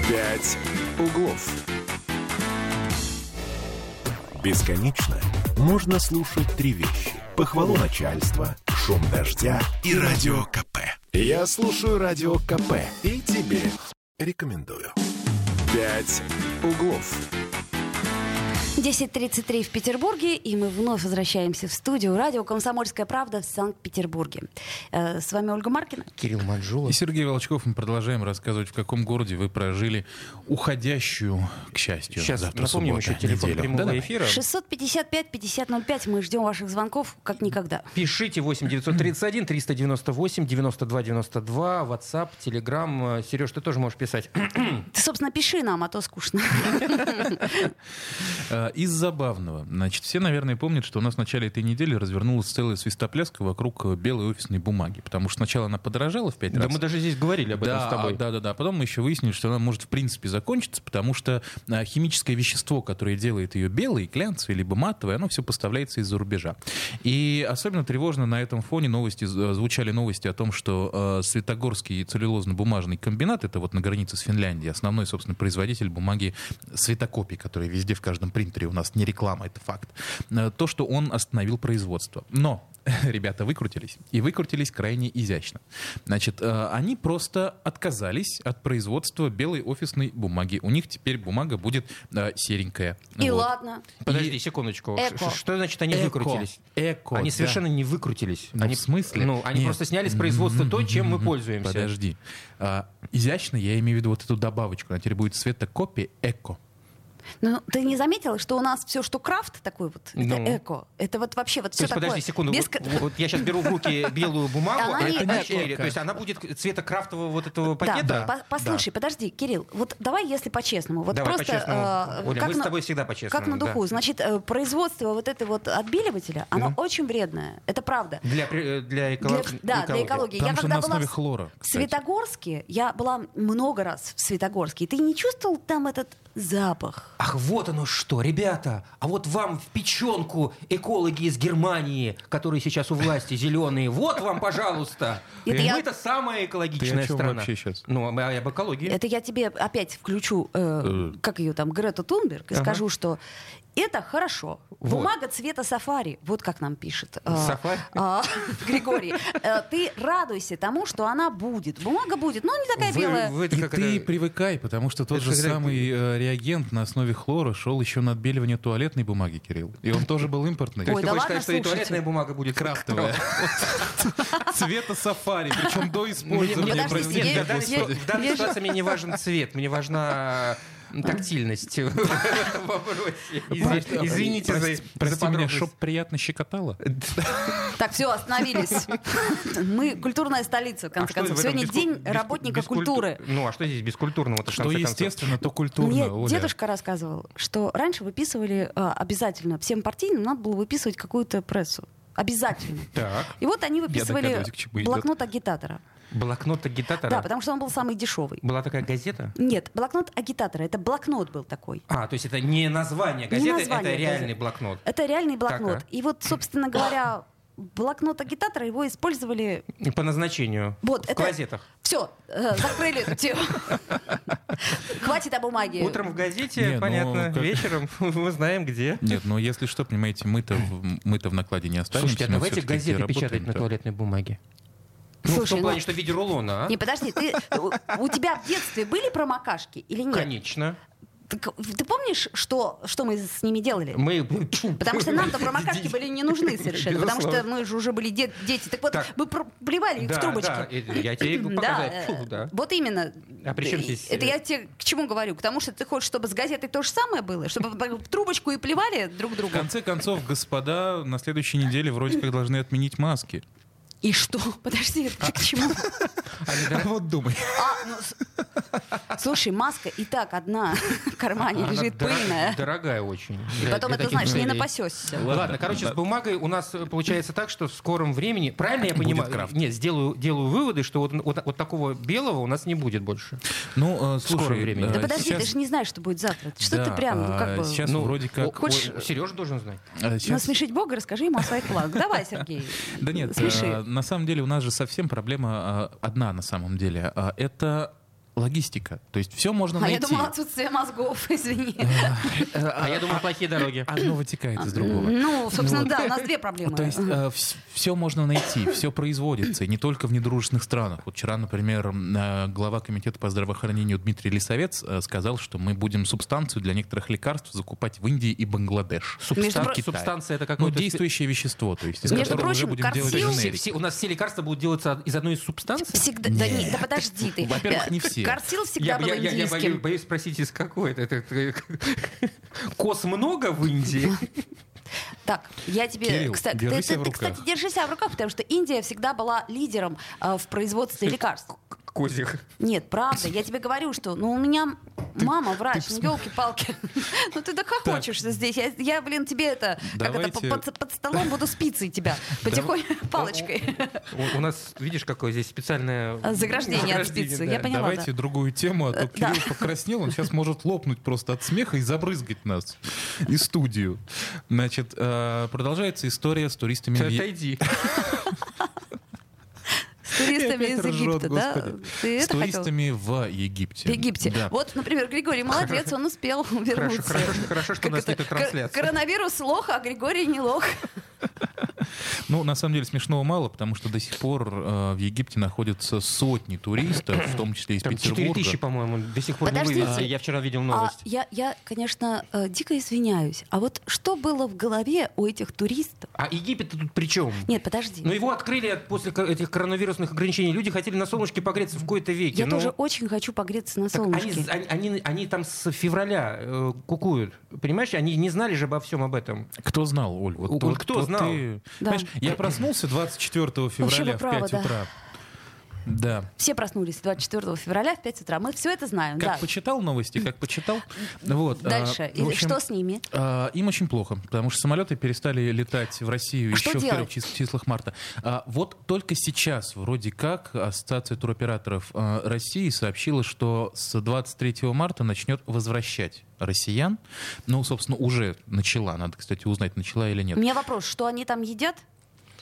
S2: Пять углов. Бесконечно можно слушать три вещи. Похвалу начальства, шум дождя
S1: И Радио КП.
S2: Я слушаю радио КП и тебе рекомендую. Пять углов.
S4: 10.33 в Петербурге, и мы вновь возвращаемся в студию. Радио «Комсомольская правда» в Санкт-Петербурге. Э, С вами Ольга Маркина.
S3: Кирилл Манжула.
S5: И Сергей Волчков, мы продолжаем рассказывать, в каком городе вы прожили уходящую, к счастью,
S3: Сейчас
S5: завтра
S3: напомним
S5: суббота,
S3: еще телефон
S5: неделю.
S3: прямого
S5: Да-да.
S3: эфира.
S4: 655-5005, мы ждем ваших звонков как никогда.
S3: Пишите 8 931 398 92 92, WhatsApp, Telegram. Сереж, ты тоже можешь писать.
S4: Ты, собственно, пиши нам, а то скучно.
S5: Э, Из забавного. Значит, все, наверное, помнят, что у нас в начале этой недели развернулась целая свистопляска вокруг э, белой офисной бумаги. Потому что сначала она подорожала в пять
S3: Да
S5: раз.
S3: мы даже здесь говорили об этом с тобой.
S5: Да, да, да. Потом мы еще выяснили, что она может в принципе закончиться, потому что а, химическое вещество, которое делает ее белой, глянцевой, либо матовой, оно все поставляется из-за рубежа. И особенно тревожно на этом фоне новости, э, звучали новости о том, что э, Светогорский целлюлозно-бумажный комбинат, это вот на границе с Финляндией, основной, собственно, производитель бумаги светокопий, который везде в каждом принтере у нас не реклама, это факт. Э, То, что он остановил производство. Но ребята выкрутились. И выкрутились крайне изящно. Значит, э, они просто отказались от производства белой офисной бумаги. У них теперь бумага будет э, серенькая.
S4: И
S5: Вот.
S4: ладно.
S3: Подожди, секундочку.
S4: Эко.
S3: Ш- Что значит они
S5: Эко.
S3: выкрутились?
S5: Эко,
S3: Они
S5: да.
S3: совершенно не выкрутились.
S5: Ну,
S3: они,
S5: в смысле?
S3: Ну, они
S5: Нет.
S3: просто сняли с производства то, чем мы пользуемся.
S5: Подожди. А, изящно, я имею в виду вот эту добавочку. Она теперь будет светокопия эко.
S4: Ну, ты не заметила, что у нас все, что крафт такой вот,
S3: Ну.
S4: это эко. Это вот вообще вот
S3: То
S4: все
S3: есть,
S4: такое.
S3: подожди секунду,
S4: без
S3: вот,
S4: ка-
S3: вот я сейчас беру в руки белую бумагу,
S4: Она
S3: а
S4: не
S3: это не
S4: эко.
S3: эко. То есть она будет цвета крафтового вот
S4: Да,
S3: этого пакета?
S4: по- послушай, подожди, Кирилл, вот давай, если по-честному, вот
S3: Давай
S4: просто
S3: по-честному.
S4: э,
S3: Оля,
S4: как
S3: мы с
S4: на-
S3: тобой всегда по-честному.
S4: Как на
S3: да.
S4: духу. Значит, э, производство вот этой вот отбеливателя, оно очень вредное. Это правда.
S3: Для, при- э, для,
S4: Для-
S3: эколог-
S4: да, для экологии.
S5: Там
S4: я
S5: же
S4: когда
S5: на
S4: была
S5: основе
S4: в
S5: хлора, кстати.
S4: Светогорске, я была много раз в Светогорске, и ты не чувствовал там этот запах?
S3: Ах, вот оно что, ребята! А вот вам в печенку экологи из Германии, которые сейчас у власти зеленые, вот вам, пожалуйста!
S4: Это я-
S3: Мы-то самая экологичная
S5: Ты о чем
S3: страна.
S5: вообще сейчас?
S3: Ну, а я об экологии.
S4: Это я тебе опять включу, э,
S5: Э.
S4: как ее там, Грету Тунберг, и
S3: Ага.
S4: скажу, что это хорошо. Бумага цвета сафари, вот как нам пишет э,
S3: Сафари?
S4: э, Григорий. Э, Ты радуйся тому, что она будет. Бумага будет, но не такая
S3: Вы-
S4: белая.
S3: вы это
S5: И
S3: как
S5: ты
S3: это-
S5: привыкай, потому что тот
S3: Это
S5: же
S3: когда-
S5: самый э, реагент на основе хлора шел еще на отбеливание туалетной бумаги, Кирилл. И он тоже был импортный.
S3: То есть
S4: Ой,
S3: ты
S4: да
S3: хочешь
S4: ладно,
S3: сказать, что и
S4: слушайте.
S3: туалетная бумага будет
S5: Крафтовая. Цвета сафари, причем до
S4: Мне
S5: использования.
S4: кажется,
S5: прости,
S4: я-
S3: Нет, в
S5: господи.
S3: данной ситу- в данной ситуации мне не важен цвет, мне важна тактильность в этом вопросе. Изв- Извините за- за
S5: Прости меня,
S3: подробность.
S5: чтоб приятно щекотало.
S4: Так, все, остановились. Мы культурная столица, в
S3: А
S4: конце
S3: что
S4: концов.
S3: в этом
S4: Сегодня
S3: бескуль-
S4: день
S3: бескуль-
S4: работника
S3: бескуль-
S4: культуры.
S3: Ну, а что здесь бескультурного-то, в
S5: Что
S3: конце концов?
S5: естественно, то
S4: Мне
S5: культурно, Оля.
S4: дедушка рассказывал, что раньше выписывали а, обязательно, всем партийным надо было выписывать какую-то прессу. Обязательно.
S3: Так.
S4: И вот они выписывали
S5: догадываюсь, к чему идет.
S4: блокнот агитатора.
S3: Блокнот агитатора?
S4: Да, потому что он был самый дешевый.
S3: Была такая газета?
S4: Нет, блокнот агитатора. Это блокнот был такой.
S3: А, то есть это не название газеты,
S4: название
S3: это реальный
S4: газеты.
S3: блокнот.
S4: Это реальный блокнот.
S3: Так, а?
S4: И вот, собственно говоря, блокнот агитатора его использовали
S3: По назначению.
S4: Вот,
S3: в
S4: это-
S3: газетах.
S4: Все, закрыли эту тему. Хватит о бумаге.
S3: Утром в газете,
S5: Не, ну,
S3: понятно,
S5: как-
S3: вечером мы знаем где.
S5: Нет, но если что, понимаете, мы-то в, мы-то в накладе не останемся.
S3: Слушайте, а
S5: мы
S3: давайте
S5: всё-таки
S3: газеты
S5: работаем,
S3: печатать на
S5: да.
S3: туалетной бумаге. Ну, в
S4: Слушай,
S3: том
S4: ну-
S3: плане, что в виде рулона, а?
S4: Не, подожди, ты, у у тебя в детстве были промокашки или нет?
S3: Конечно.
S4: Так, ты помнишь, что, что мы с ними делали?
S3: Мы...
S4: Потому что нам-то промокашки были не нужны совершенно, потому что мы же уже были де- дети. Так вот,
S3: Так.
S4: мы про- плевали их в
S3: Да, да,
S4: трубочки.
S3: э, я тебе
S4: Да,
S3: показать.
S4: э,
S3: Фу, да.
S4: Вот именно.
S3: А при чем здесь,
S4: Это
S3: э,
S4: я тебе к чему говорю? К тому, что ты хочешь, чтобы с газетой то же самое было, чтобы в трубочку и плевали друг
S5: В
S4: другу.
S5: конце концов, господа, на следующей неделе вроде как должны отменить маски.
S4: И что? Подожди, это к чему?
S5: Вот думай.
S4: А, ну, с- Слушай, маска и так одна в кармане
S3: Она
S4: лежит
S3: дорог-
S4: пыльная.
S3: Дорогая очень.
S4: И
S3: Для-
S4: потом
S3: для
S4: это,
S3: таких
S4: знаешь, не
S3: целей.
S4: напасешься.
S3: Ладно, короче, с бумагой у нас э, получается так, что в скором времени, правильно я
S5: Будет
S3: понимаю?
S5: крафт.
S3: Нет, сделаю, делаю выводы, что вот, вот, вот такого белого у нас не будет больше.
S5: Ну,
S3: скором
S5: э, слушай,
S3: времени.
S5: э,
S3: Да
S4: Да подожди,
S5: сейчас-
S4: ты же не знаешь, что будет завтра. Что
S5: Да,
S4: ты прям, ну
S5: а,
S4: как бы...
S5: Сейчас
S3: Ну,
S5: вроде как...
S4: хочешь-
S3: Сережа должен знать.
S5: э, сейчас-
S4: Насмешить Бога, расскажи ему о своих планах. Давай, Сергей.
S5: Да нет,
S4: смеши. А
S5: э, на самом деле у нас же совсем проблема э, одна на самом деле. Э, Это логистика. То есть все можно
S4: А я
S5: найти.
S4: думала, отсутствие мозгов, извини.
S3: А я думаю, плохие дороги.
S5: Одно вытекает из другого.
S4: Ну, собственно,
S5: Ну,
S4: да, у нас две проблемы.
S5: То есть все можно найти, все производится, и не только в недружественных странах. Вот вчера, например, м, э, глава комитета по здравоохранению Дмитрий Лисовец э, сказал, что мы будем субстанцию для некоторых лекарств закупать в Индии и Бангладеш.
S4: Между
S3: Субстан-
S4: про-
S5: Китай.
S3: Субстанция это
S5: Ну,
S3: какое-то...
S5: действующее вещество, то есть из
S4: Между
S5: которого уже
S4: прочим,
S5: будем делать
S4: Корсил-
S3: Все-
S5: дженерики.
S3: все- у нас все лекарства будут делаться от- из одной из субстанций?
S4: Всегда, да, не, да подожди ты.
S5: Во-первых, не
S4: Э,
S5: все.
S4: Карсил всегда был
S3: боюсь,
S4: индийским.
S3: боюсь спросить, из какой это. это- это- Кос много в Индии?
S4: Так, я тебе,
S5: Кирилл,
S4: кстати, ты,
S5: держи
S4: ты-
S5: себя в
S4: ты,
S5: руках.
S4: кстати, держи себя в руках, потому что Индия всегда была лидером э, в производстве лекарств.
S3: Козих.
S4: Нет, правда, я тебе говорю, что, ну у меня мама врач, ну елки-палки, ну ты да хохочешься здесь, я, я, блин, тебе это, как это,
S5: Давайте-
S4: по- под, под столом буду спицей тебя, потихоньку палочкой.
S3: У, у нас, видишь, какое здесь специальное...
S4: А, заграждение от спицы, я поняла,
S5: Давайте другую тему, а то
S4: Э, да.
S5: Кирилл покраснел, он сейчас может лопнуть просто от смеха и забрызгать нас и студию. Значит, э, продолжается история с туристами
S3: Ты
S5: в Е-
S3: Отойди.
S4: С туристами
S5: Опять
S4: из
S5: ржет,
S4: Египта, да?
S5: господи.
S4: Ты
S5: С
S4: это хотел?
S5: туристами в Египте.
S4: В Египте.
S5: Да.
S4: Вот, например, Григорий молодец, он успел
S3: Хорошо,
S4: вернуться.
S3: хорошо, что- хорошо, что
S4: Как
S3: у нас
S4: это?
S3: нет
S4: Кор-
S3: трансляции.
S4: Коронавирус лох, а Григорий не лох.
S5: Ну, на самом деле смешного мало, потому что до сих пор э, в Египте находятся сотни туристов, в том числе из
S3: Там 4
S5: Петербурга.
S3: тысячи, по-моему, до сих пор
S4: Подождите.
S3: не вывезли. Я вчера видел
S4: А,
S3: новость.
S4: я, я, конечно, э, дико извиняюсь. А вот что было в голове у этих туристов?
S3: А, Египет тут при чем?
S4: Нет, подожди.
S3: Но его открыли от- после ко- этих коронавирусных ограничений. Люди хотели на солнышке погреться в какой-то веке.
S4: Я
S3: но-
S4: тоже очень хочу погреться на солнышке.
S3: ну, Они, они, они- они там с февраля э, кукуют. Понимаешь, они не знали же обо всем об этом.
S5: Кто знал, Оль? Вот,
S3: Оль,
S5: вот-
S3: кто
S5: вот
S3: знал?
S5: ты-
S4: Да.
S5: Понимаешь, я проснулся 24
S4: Вообще
S5: февраля
S4: вы правы,
S5: в 5
S4: да.
S5: утра. Да.
S4: Все проснулись 24 февраля в 5 утра. Мы все это знаем,
S5: Как
S4: да.
S5: почитал новости, как почитал. Вот, а,
S4: Дальше. И
S5: в общем,
S4: что с ними?
S5: А, Им очень плохо, потому что самолеты перестали летать в Россию
S4: А Что
S5: еще в первых
S4: делать?
S5: чис- числах марта. А, Вот только сейчас, вроде как, Ассоциация туроператоров а, России сообщила, что с 23 марта начнет возвращать россиян. Ну, собственно, уже начала. Надо, кстати, узнать, начала или
S4: У
S5: нет.
S4: меня вопрос, что они там едят?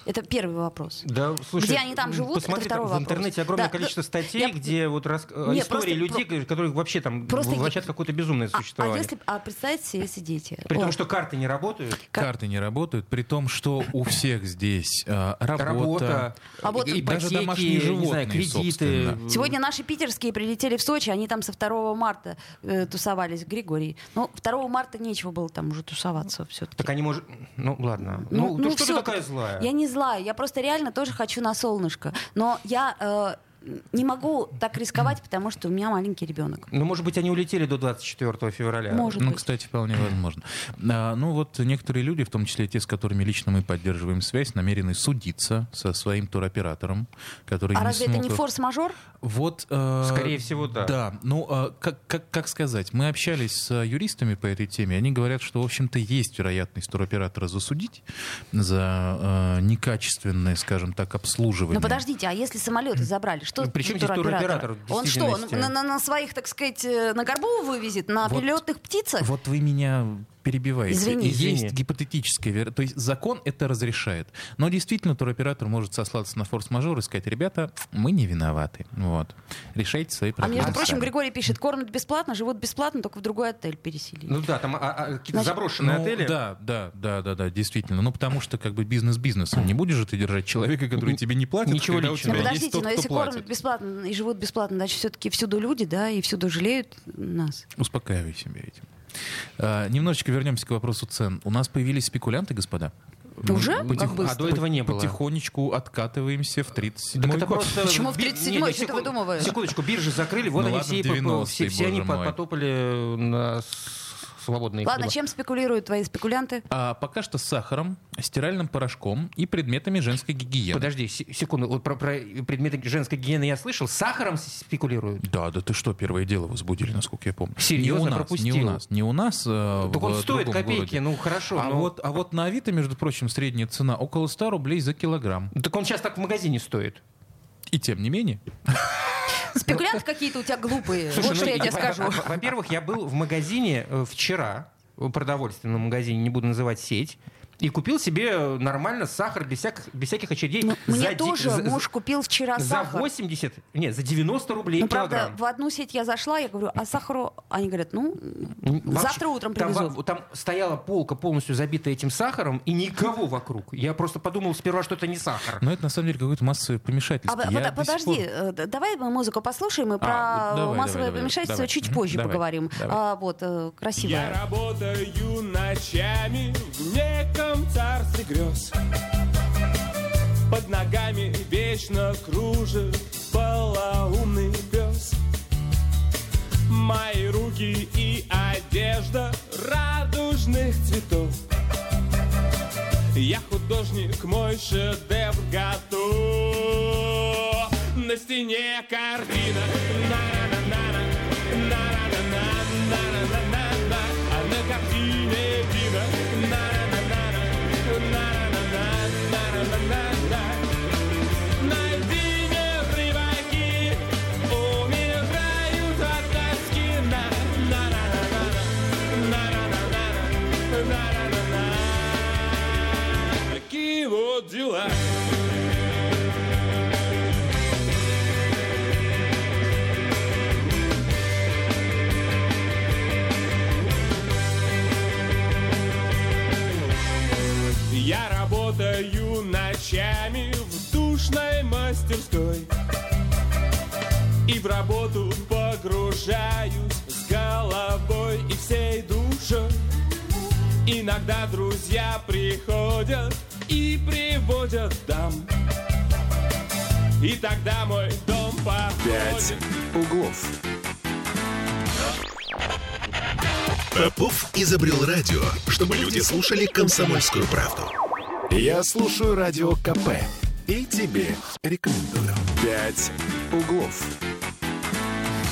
S4: Это первый вопрос.
S3: Да, слушай,
S4: Где они там живут, это
S3: Посмотри,
S4: второй
S3: там в
S4: вопрос.
S3: интернете огромное
S4: Да,
S3: количество
S4: да,
S3: статей,
S4: я-
S3: где вот рас- э,
S4: Нет,
S3: истории
S4: просто-
S3: людей, которых вообще там
S4: Просто-
S3: влачат какое-то безумное
S4: А, а
S3: существование.
S4: если, а представьте себе, если дети.
S3: При том,
S4: Ладно.
S3: что карты не работают,
S4: Как-
S5: Карты не работают, при том, что у всех здесь а, работа.
S3: работа,
S4: А вот-
S3: и-
S5: Даже
S3: ипотеки,
S5: домашние
S3: не
S5: животные,
S3: знаю, кредиты.
S5: собственно.
S4: Сегодня наши питерские прилетели в Сочи, они там со 2 марта э, тусовались, Григорий. Ну, 2 марта нечего было там уже тусоваться все-таки.
S3: Так они может... Ну, ладно. Ну, ты что ты
S4: всё-таки.
S3: такая злая?
S4: Я не злая, я просто реально тоже хочу на солнышко. Но я э, не могу так рисковать, потому что у меня маленький ребенок.
S3: Ну, может быть, они улетели до 24 февраля.
S4: Может.
S5: Ну,
S4: быть.
S5: кстати, вполне возможно. А, ну вот некоторые люди, в том числе те, с которыми лично мы поддерживаем связь, намерены судиться со своим туроператором, который
S4: А
S5: не
S4: разве
S5: смог...
S4: это не
S5: их-
S4: форс-мажор?
S5: Вот, э,
S3: Скорее всего, да.
S5: Да, ну э, как, как, как сказать, мы общались с э, юристами по этой теме, они говорят, что, в общем-то, есть вероятность туроператора засудить за э, некачественное, скажем так, обслуживание.
S4: Ну подождите, а если самолеты забрали, что
S3: Причем
S4: за
S3: здесь туроператор, в
S4: Он что, он
S3: действительности?
S4: на, на- на своих, так сказать, э, на горбу вывезет, на
S5: Вот.
S4: прилетных птицах?
S5: Вот вы меня перебиваете.
S4: Извини.
S5: И
S3: Извини.
S5: есть гипотетическая вер- То есть закон это разрешает. Но действительно туроператор может сослаться на форс-мажор и сказать, ребята, мы не виноваты. Вот. Решайте свои
S4: А
S5: проблемы.
S4: между прочим,
S5: сами».
S4: Григорий пишет, кормят бесплатно, живут бесплатно, только в другой отель переселили.
S3: Ну да, там а, а, какие-то
S4: Значит,
S3: заброшенные
S5: Ну,
S3: отели.
S5: Да, да, да, да, да, действительно. Ну, потому что как бы бизнес бизнесом. Не будешь же ты держать человека, который тебе не платит,
S3: Ничего
S5: когда
S3: личного.
S5: у
S4: Ну,
S5: тебя
S4: подождите,
S5: есть тот,
S4: но
S5: кто
S4: если
S5: платит.
S4: кормят бесплатно и живут бесплатно, значит, все-таки всюду люди, да, и всюду жалеют нас.
S5: Успокаивай себя этим. А, немножечко вернемся к вопросу цен. У нас появились спекулянты, господа.
S4: Уже? Как
S5: Потих-
S4: быстро.
S3: А до этого не было.
S5: Потихонечку откатываемся в 37
S3: Так это
S5: год.
S3: просто...
S4: Почему в
S3: би-
S4: 37-й?
S3: не, не,
S4: Что ты
S3: секу-
S4: выдумываешь?
S3: Секундочку, биржи закрыли, вот
S5: Ну
S3: они
S5: ладно,
S3: все, и
S5: в
S3: по- по-
S5: 90-е,
S3: все, все
S5: боже
S3: они по-
S5: мой.
S3: потопали на с- свободные
S4: Ладно,
S3: хлеба.
S4: чем спекулируют твои спекулянты?
S5: А пока что с сахаром, стиральным порошком и предметами женской гигиены.
S3: Подожди, се- секунду, вот про, про предметы женской гигиены я слышал, с сахаром с- спекулируют.
S5: Да, да ты что, первое дело возбудили, насколько я помню.
S3: Серьезно,
S5: не у нас,
S3: пропустил.
S5: Не у нас, не у нас. э,
S3: Так
S5: в
S3: он стоит
S5: другом
S3: копейки,
S5: городе.
S3: ну хорошо.
S5: а,
S3: но-
S5: вот, а вот на Авито, между прочим, средняя цена около 100 рублей за килограмм.
S3: Так он сейчас так в магазине стоит.
S5: И тем не менее.
S4: Спекулянты какие-то у тебя глупые.
S3: Слушай,
S4: Вот что
S3: ну,
S4: Э, я тебе
S3: во-
S4: скажу.
S3: во- во- Во-первых, я был в магазине э, вчера, в продовольственном магазине, не буду называть сеть. И купил себе нормально сахар без всяких, без всяких очередей.
S4: Ну,
S3: за
S4: Мне
S3: де-
S4: тоже
S3: за-
S4: муж купил вчера
S3: за
S4: сахар.
S3: 80, нет, за 90 рублей
S4: Ну, правда,
S3: килограмм.
S4: в одну сеть я зашла, я говорю, а сахару... Они говорят, ну,
S3: М, вообще,
S4: завтра утром
S3: там,
S4: привезут.
S3: ва- там стояла полка полностью забитая этим сахаром, и никого вокруг. Я просто подумал сперва, что это не сахар.
S5: Но это на самом деле какое-то массовое
S4: А,
S5: помешательство.
S4: по-
S5: Я
S4: под-
S5: до сих
S4: подожди,
S5: пор- А,
S4: э, д- давай мы музыку послушаем и про
S5: вот давай,
S4: массовое
S5: давай, давай,
S4: помешательство
S5: давай.
S4: чуть
S5: Мгм,
S4: позже
S5: давай,
S4: поговорим.
S5: давай.
S4: А, вот, э, красиво.
S8: Я работаю ночами в неком царстве грез. Под ногами вечно кружит полоумный пес. Мои руки и одежда радужных цветов. Я художник, мой шедевр готов. На стене картина. На-на-на-на-на. На-на-на-на-на-на-на-на. А на картине видно. На-на-на-на-на. На-на-на-на-на-на-на-на. Найди мне рыбаки, умирают от тоски. На- на-на-на-на-на. На-на-на-на-на. На-на-на-на. Такие вот дела. Я работаю ночами в душной мастерской И в работу погружаюсь с головой и всей душой Иногда друзья приходят и приводят дам И тогда мой дом
S2: Пять
S8: походит
S2: углов.
S1: Попов изобрел радио, чтобы люди слушали комсомольскую правду.
S2: Я слушаю радио КП и тебе рекомендую. Пять углов.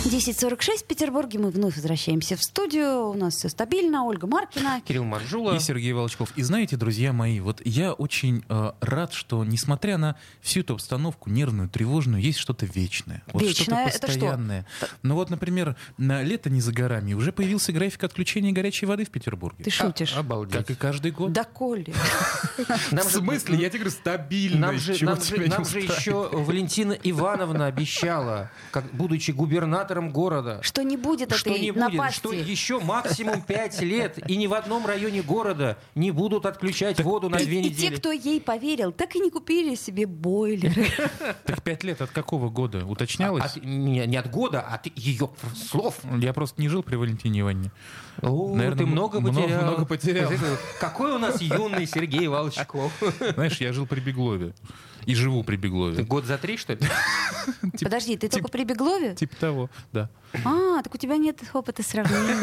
S4: 10.46 в Петербурге. Мы вновь возвращаемся в студию. У нас все стабильно. Ольга Маркина.
S3: Кирилл Маржула.
S5: И Сергей Волчков. И знаете, друзья мои, вот я очень э, рад, что несмотря на всю эту обстановку нервную, тревожную, есть что-то вечное. Вот
S4: Вечное это
S5: что-то
S4: что?
S5: постоянное. Ну вот, например, на лето не за горами уже появился график отключения горячей воды в Петербурге.
S4: Ты шутишь?
S3: А, Обалдеть.
S5: Как и каждый год.
S4: Да коли.
S3: Нам
S5: в
S3: же-
S5: смысле? Я тебе говорю, стабильно.
S3: Нам же, нам же- нам же еще Валентина Ивановна обещала, как, будучи губернатором города,
S4: Что не будет
S3: что
S4: этой
S3: не будет, что
S4: напасти.
S3: еще максимум 5 лет, и ни в одном районе города не будут отключать воду на
S4: И,
S3: две
S4: и те,
S3: недели.
S4: кто ей поверил, так и не купили себе бойлеры.
S5: Так пять лет от какого года? Уточнялось?
S3: А, От- не, не от года, а от ее слов.
S5: Я просто не жил при Валентине Ивановне.
S3: О,
S5: Наверное,
S3: ты много
S5: мно-
S3: потерял.
S5: много потерял.
S3: Какой у нас юный Сергей Волчков.
S5: Знаешь, я жил при Беглове. И живу при
S3: Ты
S5: Беглове.
S3: Год за три, что ли?
S4: Подожди, ты только при Беглове?
S5: Типа того, да.
S4: А, так у тебя нет опыта сравнения.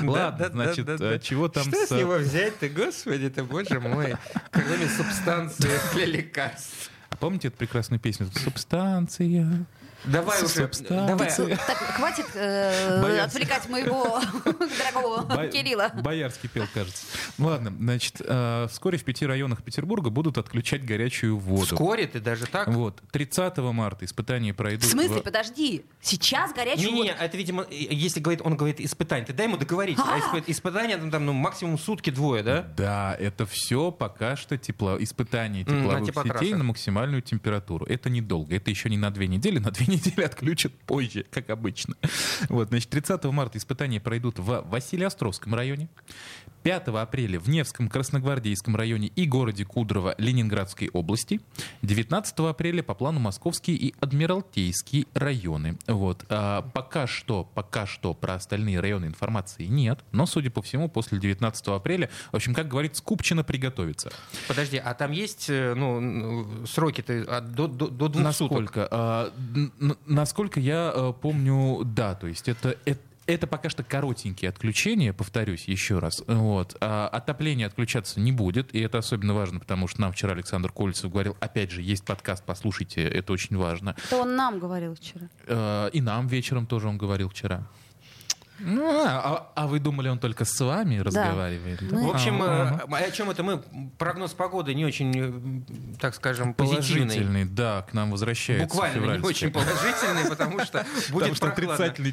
S5: Ладно, значит, а чего там
S3: Что с
S5: с-
S3: него взять ты, господи ты, боже мой. Кроме субстанции для лекарств.
S5: А помните эту прекрасную песню? Субстанция.
S3: Давай уже,
S5: Субстанция.
S3: давай.
S4: Так, хватит э,
S5: Боялся.
S4: отвлекать моего дорогого
S5: Бо-
S4: Кирилла.
S5: Боярский пел, кажется. Ну ладно, значит, э, вскоре в пяти районах Петербурга будут отключать горячую воду.
S3: Вскоре ты даже так.
S5: Вот. 30 марта испытания
S4: В
S5: пройдут.
S4: смысле,
S5: в-
S4: подожди, сейчас горячую
S3: Не-не-не,
S4: воду.
S3: это, видимо, э, если говорит, он говорит испытание, ты дай ему договорить. А испы- испытание там, там, ну, максимум сутки-двое, да?
S5: Да, это все пока что тепло, испытание
S3: М, на
S5: тепловых
S3: теплотрассе.
S5: типа, сетей на максимальную температуру. Это недолго, это еще не на две недели, на две недели отключат позже, как обычно. Вот, значит, 30 марта испытания пройдут в Василеостровском районе, 5 апреля в Невском, Красногвардейском районе и городе Кудрово Ленинградской области, 19 апреля по плану Московские и Адмиралтейские районы. Вот, а, пока что, пока что про остальные районы информации нет, но, судя по всему, после 19 апреля, в общем, как говорит, скупчено приготовится.
S3: Подожди, а там есть, э, ну, н- сроки-то от- до, до, до двух Ну, суток?
S5: Насколько? а, н- н- насколько я а, помню, да, то есть это, это это пока что коротенькие отключения, повторюсь еще раз. Вот. А, Отопление отключаться не будет, и это особенно важно, потому что нам вчера Александр Кольцев говорил, опять же, есть подкаст, послушайте, это очень важно. А,
S4: Это он нам говорил вчера.
S5: Э, И нам вечером тоже он говорил вчера. Ну, а, а- а вы думали, он только с вами разговаривает?
S4: Мы-
S3: В общем, э,
S5: ну, Ага, ага.
S3: а о чем это мы? Прогноз погоды не очень, э, так скажем, положительный.
S5: положительный, да, к нам возвращается.
S3: Буквально не
S5: февральский.
S3: очень положительный, потому что
S5: Потому
S3: будет
S5: что
S3: прохладно.
S5: отрицательные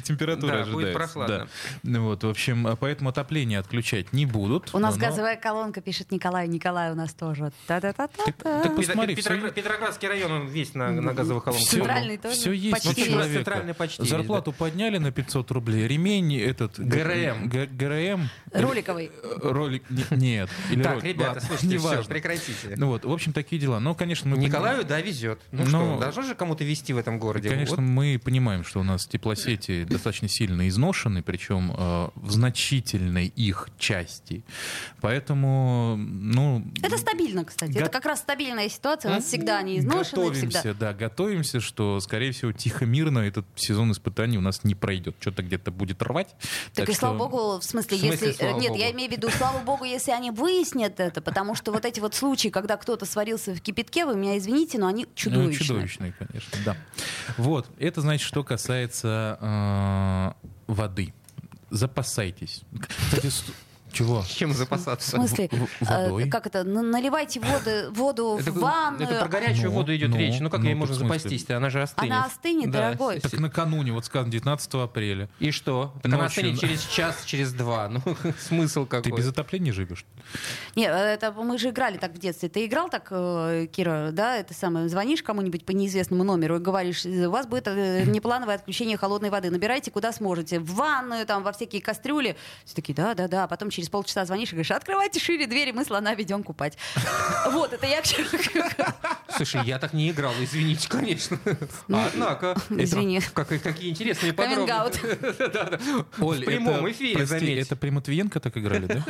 S3: Да, будет
S5: температуры ожидаются.
S3: прохладно.
S5: да. Ну Вот, в общем, а поэтому отопление отключать не будут.
S4: У нас
S3: ну.
S5: но-
S4: газовая колонка, пишет Николай. Николай у нас тоже. Та-та-та-та-та.
S5: Так посмотри,
S3: Петро-
S5: всё- Ну,
S3: Петроградский район он весь на, на газовых колонках.
S5: Всё-
S4: Центральный тоже
S5: всё есть
S4: почти
S5: у
S4: есть.
S5: человека.
S3: Центральный почти есть,
S5: Зарплату подняли на 500 рублей. Ремень этот...
S3: ГРМ.
S5: Г- ГРМ.
S4: Роликовый.
S5: Э, Ролик... не- Нет. Или
S3: Так,
S5: ролик,
S3: ребята,
S5: ладно,
S3: слушайте, все,
S5: неважно.
S3: прекратите.
S5: Ну вот, в общем, такие дела. Но, конечно, мы...
S3: Николаю, да, везет. Ну,
S5: Ну,
S3: что, должно же кому-то вести в этом городе.
S5: Конечно,
S3: Вот.
S5: мы понимаем, что у нас теплосети достаточно сильно изношены, причем э, в значительной их части. Поэтому, ну...
S4: Это стабильно, кстати. Это
S5: Гот-
S4: как раз стабильная ситуация. У нас всегда они изношены,
S5: готовимся,
S4: всегда.
S5: да, готовимся, что, скорее всего, тихо-мирно этот сезон испытаний у нас не пройдет. Что-то где-то будет рвать.
S4: Так, и
S5: что- ну,
S4: слава богу, в смысле,
S3: В смысле,
S4: если... э,
S3: слава
S4: Нет, я
S3: богу?
S4: имею в виду, слава богу, если они выяснят это, потому что вот эти вот случаи, когда кто-то сварился в кипятке, вы меня извините, но они
S5: Ну,
S4: чудовищные.
S5: чудовищные, конечно, да. Вот, это значит, что касается э, воды. Запасайтесь. Кстати, с- чего?
S3: Чем
S4: В
S3: запасаться?
S4: смысле,
S5: В- в-
S4: э,
S5: водой.
S4: как это, н- наливайте воды, воду в
S3: Это,
S4: ванную,
S3: это про горячую
S5: Ну,
S3: воду идет
S5: ну,
S3: речь. Ну как
S5: ну,
S3: ей
S5: так
S3: можно
S5: в смысле?
S3: запастись-то? Она же остынет.
S4: Она остынет,
S3: Да.
S4: дорогой.
S5: Так накануне, вот сказано, 19 апреля.
S3: И что? Так она
S5: Ночью.
S3: остынет через час, через два. Ну, смысл
S5: Ты
S3: какой?
S5: без отопления живешь?
S4: Не, э, это мы же играли так в детстве. Ты играл так, э, Кира, да, это самое, звонишь кому-нибудь по неизвестному номеру и говоришь, «Э, у вас будет э, неплановое отключение холодной воды, набирайте куда сможете, в ванную, там, во всякие кастрюли. Все такие, да-да-да, а потом через полчаса звонишь и говоришь, открывайте шире двери, мы слона ведем купать. Вот, это я к чему.
S3: Слушай, я так не играл, извините, конечно. Однако, это-
S4: Ну, извини.
S3: как- какие интересные
S4: Каминг-аут.
S3: подробности. Да-да. В прямом эфире,
S5: прости,
S3: заметь.
S5: это при Матвиенко так играли,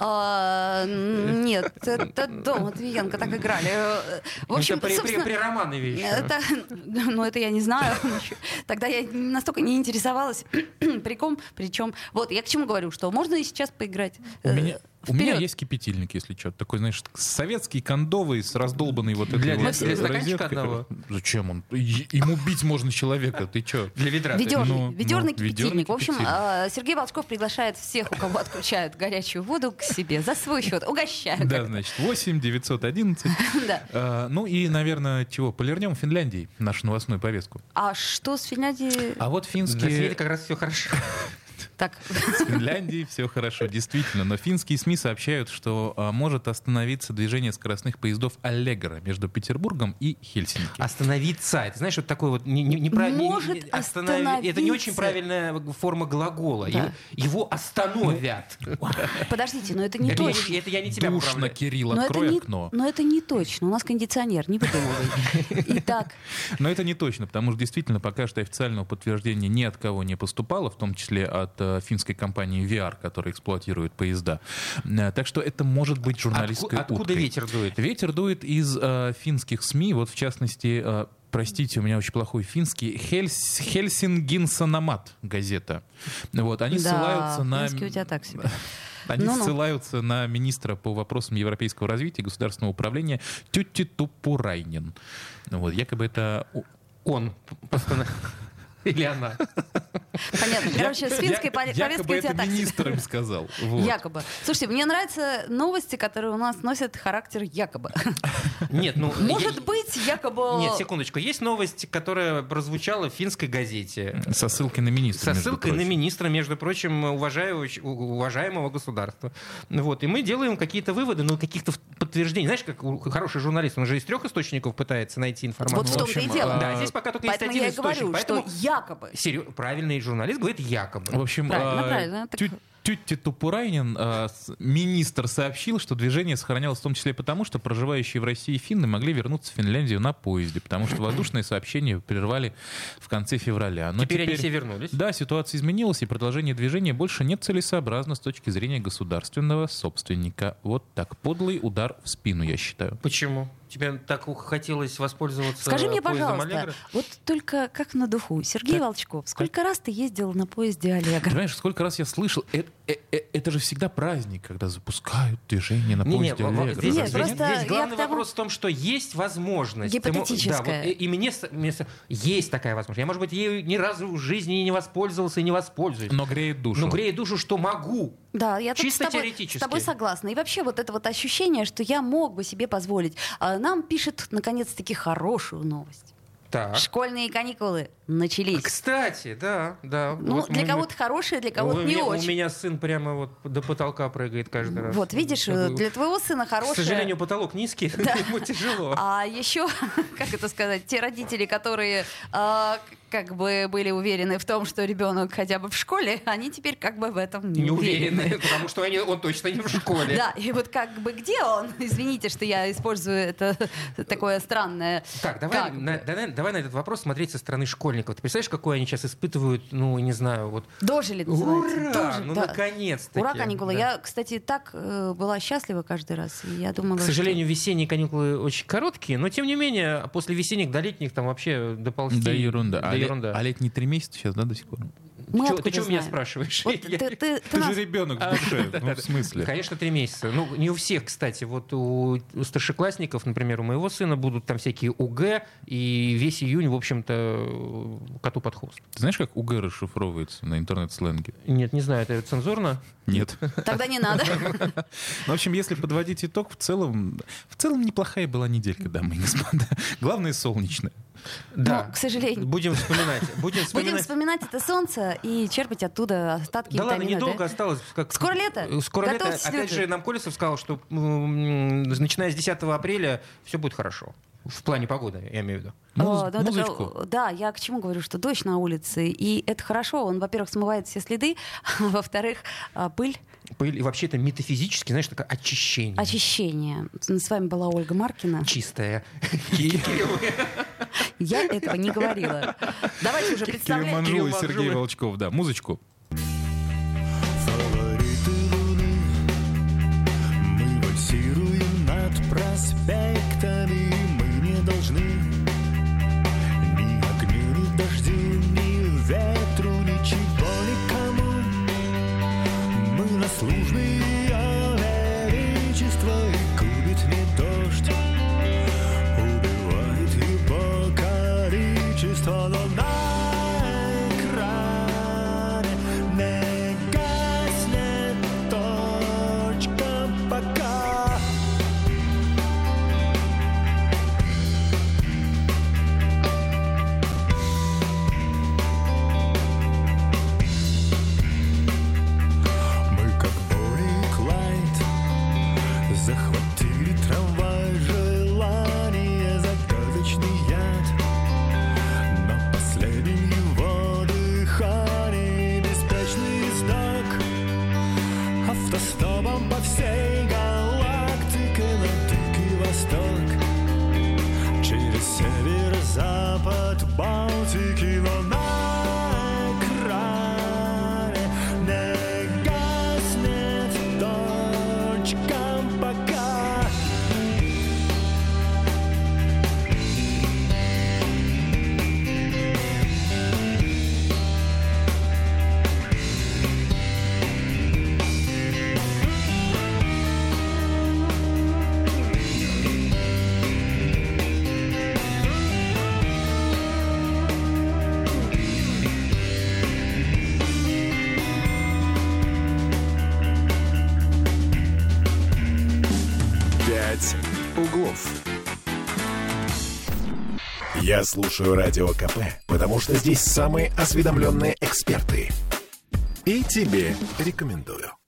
S5: да?
S4: А, Нет, это Дом Матвиенко так играли. Э, В общем,
S3: Это при- при-
S4: собственно,
S3: при Романове еще.
S4: Это, ну, это я не знаю. Тогда я настолько не интересовалась. При ком, причем. Вот, я к чему говорю, что можно и сейчас поиграть.
S5: У
S4: Э,
S5: меня, у меня
S4: вперед.
S5: есть кипятильник, если что. Такой, знаешь, советский, кондовый, с раздолбанной вот этой
S3: Для-
S5: вот
S3: для- для стаканчика
S5: розеткой.
S3: одного?
S5: Зачем он? Е- Ему бить можно человека, ты чё?
S3: Для ведра. ты
S4: Ведерный,
S5: Ну, ну,
S4: ведерный
S5: ведерный
S4: кипятильник. В общем,
S5: кипятильник.
S4: а, Сергей Волчков приглашает всех, у кого отключают горячую воду, к себе за свой счет. Угощают.
S5: Да, значит, 8, 911.
S4: Да.
S5: А, Ну и, наверное, чего? Полирнем Финляндии нашу новостную повестку.
S4: А что с Финляндией?
S5: А вот
S3: Да, с ней
S5: финские...
S3: как раз все хорошо.
S4: Так,
S5: С Финляндией все хорошо, действительно. Но финские СМИ сообщают, что а, может остановиться движение скоростных поездов Аллегра между Петербургом и Хельсинки.
S3: А, Остановиться. Это знаешь, вот такой вот не- не- непра- не- не-
S4: Может
S3: останови- Это не очень
S4: остановиться.
S3: правильная форма глагола.
S4: Да.
S3: Его, его остановят.
S4: подождите, но это не
S3: это, я,
S4: точно.
S3: не- это я не тебя
S5: Душно,
S3: поправляю.
S5: Кирилл,
S4: Но это,
S5: открой
S4: не,
S5: окно.
S4: но это не точно. У нас кондиционер, не выдумывай. Итак,
S5: Но это не точно, потому что действительно пока что официального подтверждения ни от кого не поступало, в том числе от э, финской компании VR, которая эксплуатирует поезда. Э, так что это может быть журналистская
S3: Отку- откуда
S5: уткой.
S3: ветер дует?
S5: Ветер дует из э, финских СМИ, вот в частности, э, простите, у меня очень плохой финский, Хельс, Хельсингинсанамат газета. Вот, они
S4: Да,
S5: ссылаются на...
S4: финский у тебя так себе.
S5: Они
S4: Ну-ну.
S5: ссылаются на министра по вопросам европейского развития и государственного управления Тюти Тупурайнин. Ну Вот, якобы это у-
S3: Он. постанов- Или она.
S4: понятно. Короче, с финской пове-
S5: Я-
S4: повесткой у
S5: якобы
S4: тебя
S5: это
S4: так себе.
S5: министром сказал. Вот.
S4: Якобы. Слушайте, мне нравятся новости, которые у нас носят характер якобы.
S3: Нет, ну... я-
S4: Может быть, якобы...
S3: Нет, секундочку. Есть новость, которая прозвучала в финской газете.
S5: Со ссылкой на министра.
S3: Со
S5: между
S3: ссылкой на
S5: прочим.
S3: министра, между прочим, уважающ- у- уважаемого государства. Ну Вот. И мы делаем какие-то выводы, но каких-то в- подтверждений. Знаешь, как у- хороший журналист, он же из трех источников пытается найти информацию.
S4: Вот в том-то и
S5: общем,
S4: дело.
S3: Да, здесь пока только есть
S4: Поэтому
S3: один
S4: я и
S3: источник.
S4: говорю,
S3: поэтому
S4: что якобы.
S3: серьё- правильный журналист говорит якобы.
S5: В общем, а,
S4: Правильно, правильно, так-
S5: Тетя Тупурайнин, э, с- министр, сообщил, что движение сохранялось в том числе потому, что проживающие в России финны могли вернуться в Финляндию на поезде, потому что воздушные сообщения прервали в конце февраля. Но
S3: теперь, они все вернулись.
S5: ну, Да, ситуация изменилась, и продолжение движения больше не целесообразно с точки зрения государственного собственника. Вот так. Подлый удар в спину, я считаю.
S3: Почему? Тебе так ух- хотелось воспользоваться
S4: Скажи мне,
S3: поездом
S4: пожалуйста,
S3: Аллегро?
S4: вот только как на духу. Сергей Волчков, сколько раз ты ездил на поезде Олега?
S5: Понимаешь, сколько раз я слышал, э- это, э- э- это же всегда праздник, когда запускают движение на
S3: Не, не,
S5: поезде
S3: во- во-
S5: Аллегро.
S3: здесь,
S5: Разве
S4: Нет,
S3: здесь-
S5: нет?
S4: просто
S3: здесь
S4: я
S3: главный
S4: к тому-
S3: вопрос в том, что есть возможность. Ты мо- Да,
S4: Гипотетическая.
S3: вот, и, и мне, с- мне с- есть такая возможность. Я, может быть, ею ни разу в жизни и не воспользовался и не воспользуюсь.
S5: Но греет Ну, душу.
S3: Но Ну, греет душу, что могу.
S4: Да, я тут
S3: Чисто
S4: с тобой,
S3: теоретически.
S4: с тобой согласна. И вообще вот это вот ощущение, что я мог бы себе позволить. А, Нам пишет, наконец-таки, хорошую новость.
S3: Так. А,
S4: Школьные каникулы начались.
S3: Кстати, да, да.
S4: Ну,
S3: Вот
S4: для
S3: мы-
S4: кого-то хорошие, для кого-то
S3: у
S4: не
S3: меня,
S4: очень.
S3: У меня сын прямо вот до потолка прыгает каждый раз.
S4: Вот, видишь,
S3: Я
S4: э,
S3: бы-
S4: для твоего сына
S3: К
S4: хорошие.
S3: сожалению, потолок низкий, ему тяжело.
S4: А еще, как это сказать, те родители, которые а, к- как бы были уверены в том, что ребенок хотя бы в школе, они теперь как бы в этом не,
S3: Не уверены, потому что они, он точно не в школе.
S4: ну, Да, и вот как бы где он? Извините, что я использую это такое странное.
S3: Так, давай
S4: Как
S3: на,
S4: бы.
S3: да- давай на этот вопрос смотреть со стороны школьников. Ты представляешь, какое они сейчас испытывают, ну, не знаю, вот...
S4: Дожили, это называется.
S3: Ура!
S4: Дожили,
S3: ну,
S4: да.
S3: наконец-то.
S4: Ура, каникулы. Я, кстати, так э, была счастлива каждый раз. И я думала,
S3: К сожалению, весенние каникулы очень короткие, но, тем не менее, после весенних до летних там вообще доползти...
S5: Да ерунда.
S3: Да
S5: а, ле-
S3: ерунда.
S5: а летние три месяца сейчас, да, до сих пор?
S4: что мы
S3: Чё- ты
S4: откуда
S3: что меня
S4: знаем?
S3: спрашиваешь?
S4: Вот ты,
S3: Я-
S4: ты- ты
S5: Ты
S4: нас-
S5: же ребенок в душе. Ну, в смысле?
S3: Конечно, три месяца. Ну, не у всех, кстати. Вот у, у старшеклассников, например, у моего сына будут там всякие УГ, и весь июнь, в общем-то, коту под хвост.
S5: Ты знаешь, как УГ расшифровывается на интернет-сленге?
S3: Нет, не знаю, это цензурно.
S5: Нет.
S4: Тогда не надо.
S5: Ну, В общем, если подводить итог, в целом, в целом неплохая была неделька, дамы и господа. Главное, солнечная.
S4: Да. Ну, к сожалению.
S3: Будем вспоминать. Будем
S4: Будем
S3: вспоминать.
S4: вспоминать это солнце и черпать оттуда остатки
S3: Да ладно,
S4: витамина D.
S3: недолго осталось. Как...
S4: Скоро лето.
S3: Э, Скоро лето.
S4: Готовьтесь,
S3: Опять
S4: люди.
S3: же, нам Колесов сказал, что м, начиная с 10 апреля все будет хорошо. В плане погоды, я имею в виду.
S5: Муз-
S4: О, ну, так,
S5: музычку.
S4: э, да, я к чему говорю, что дождь на улице, и это хорошо, он, во-первых, смывает все следы, во-вторых, а, пыль,
S3: Пыль, и вообще это метафизически, знаешь, такое очищение.
S4: очищение. С вами была Ольга Маркина.
S3: Чистое.
S4: Я этого не говорила. Давайте уже
S5: Кирилл
S4: представляем.
S5: Манжул и
S3: Кирилл
S5: Сергей
S3: Манжул.
S5: Волчков, да, музычку.
S1: Фавориты луны Мы вальсируем над проспектами Мы не должны Ни огню, ни дождю, ни ветру Ничего никому Мы наслужные величество И губит не дождь Убивает его количество, но на экране не гаснет точка пока. Мы как Бори и Клайд Захватили трамвай желание загадочный яд На последнем его дыхании беспечный знак Автостопом по всей галактике на дик и восток Через северо-запад Балтики волна экране Не гаснет точка пока
S9: Пять углов.
S7: Я слушаю Радио КП, потому что здесь самые осведомленные эксперты.
S9: И тебе
S7: Рекомендую.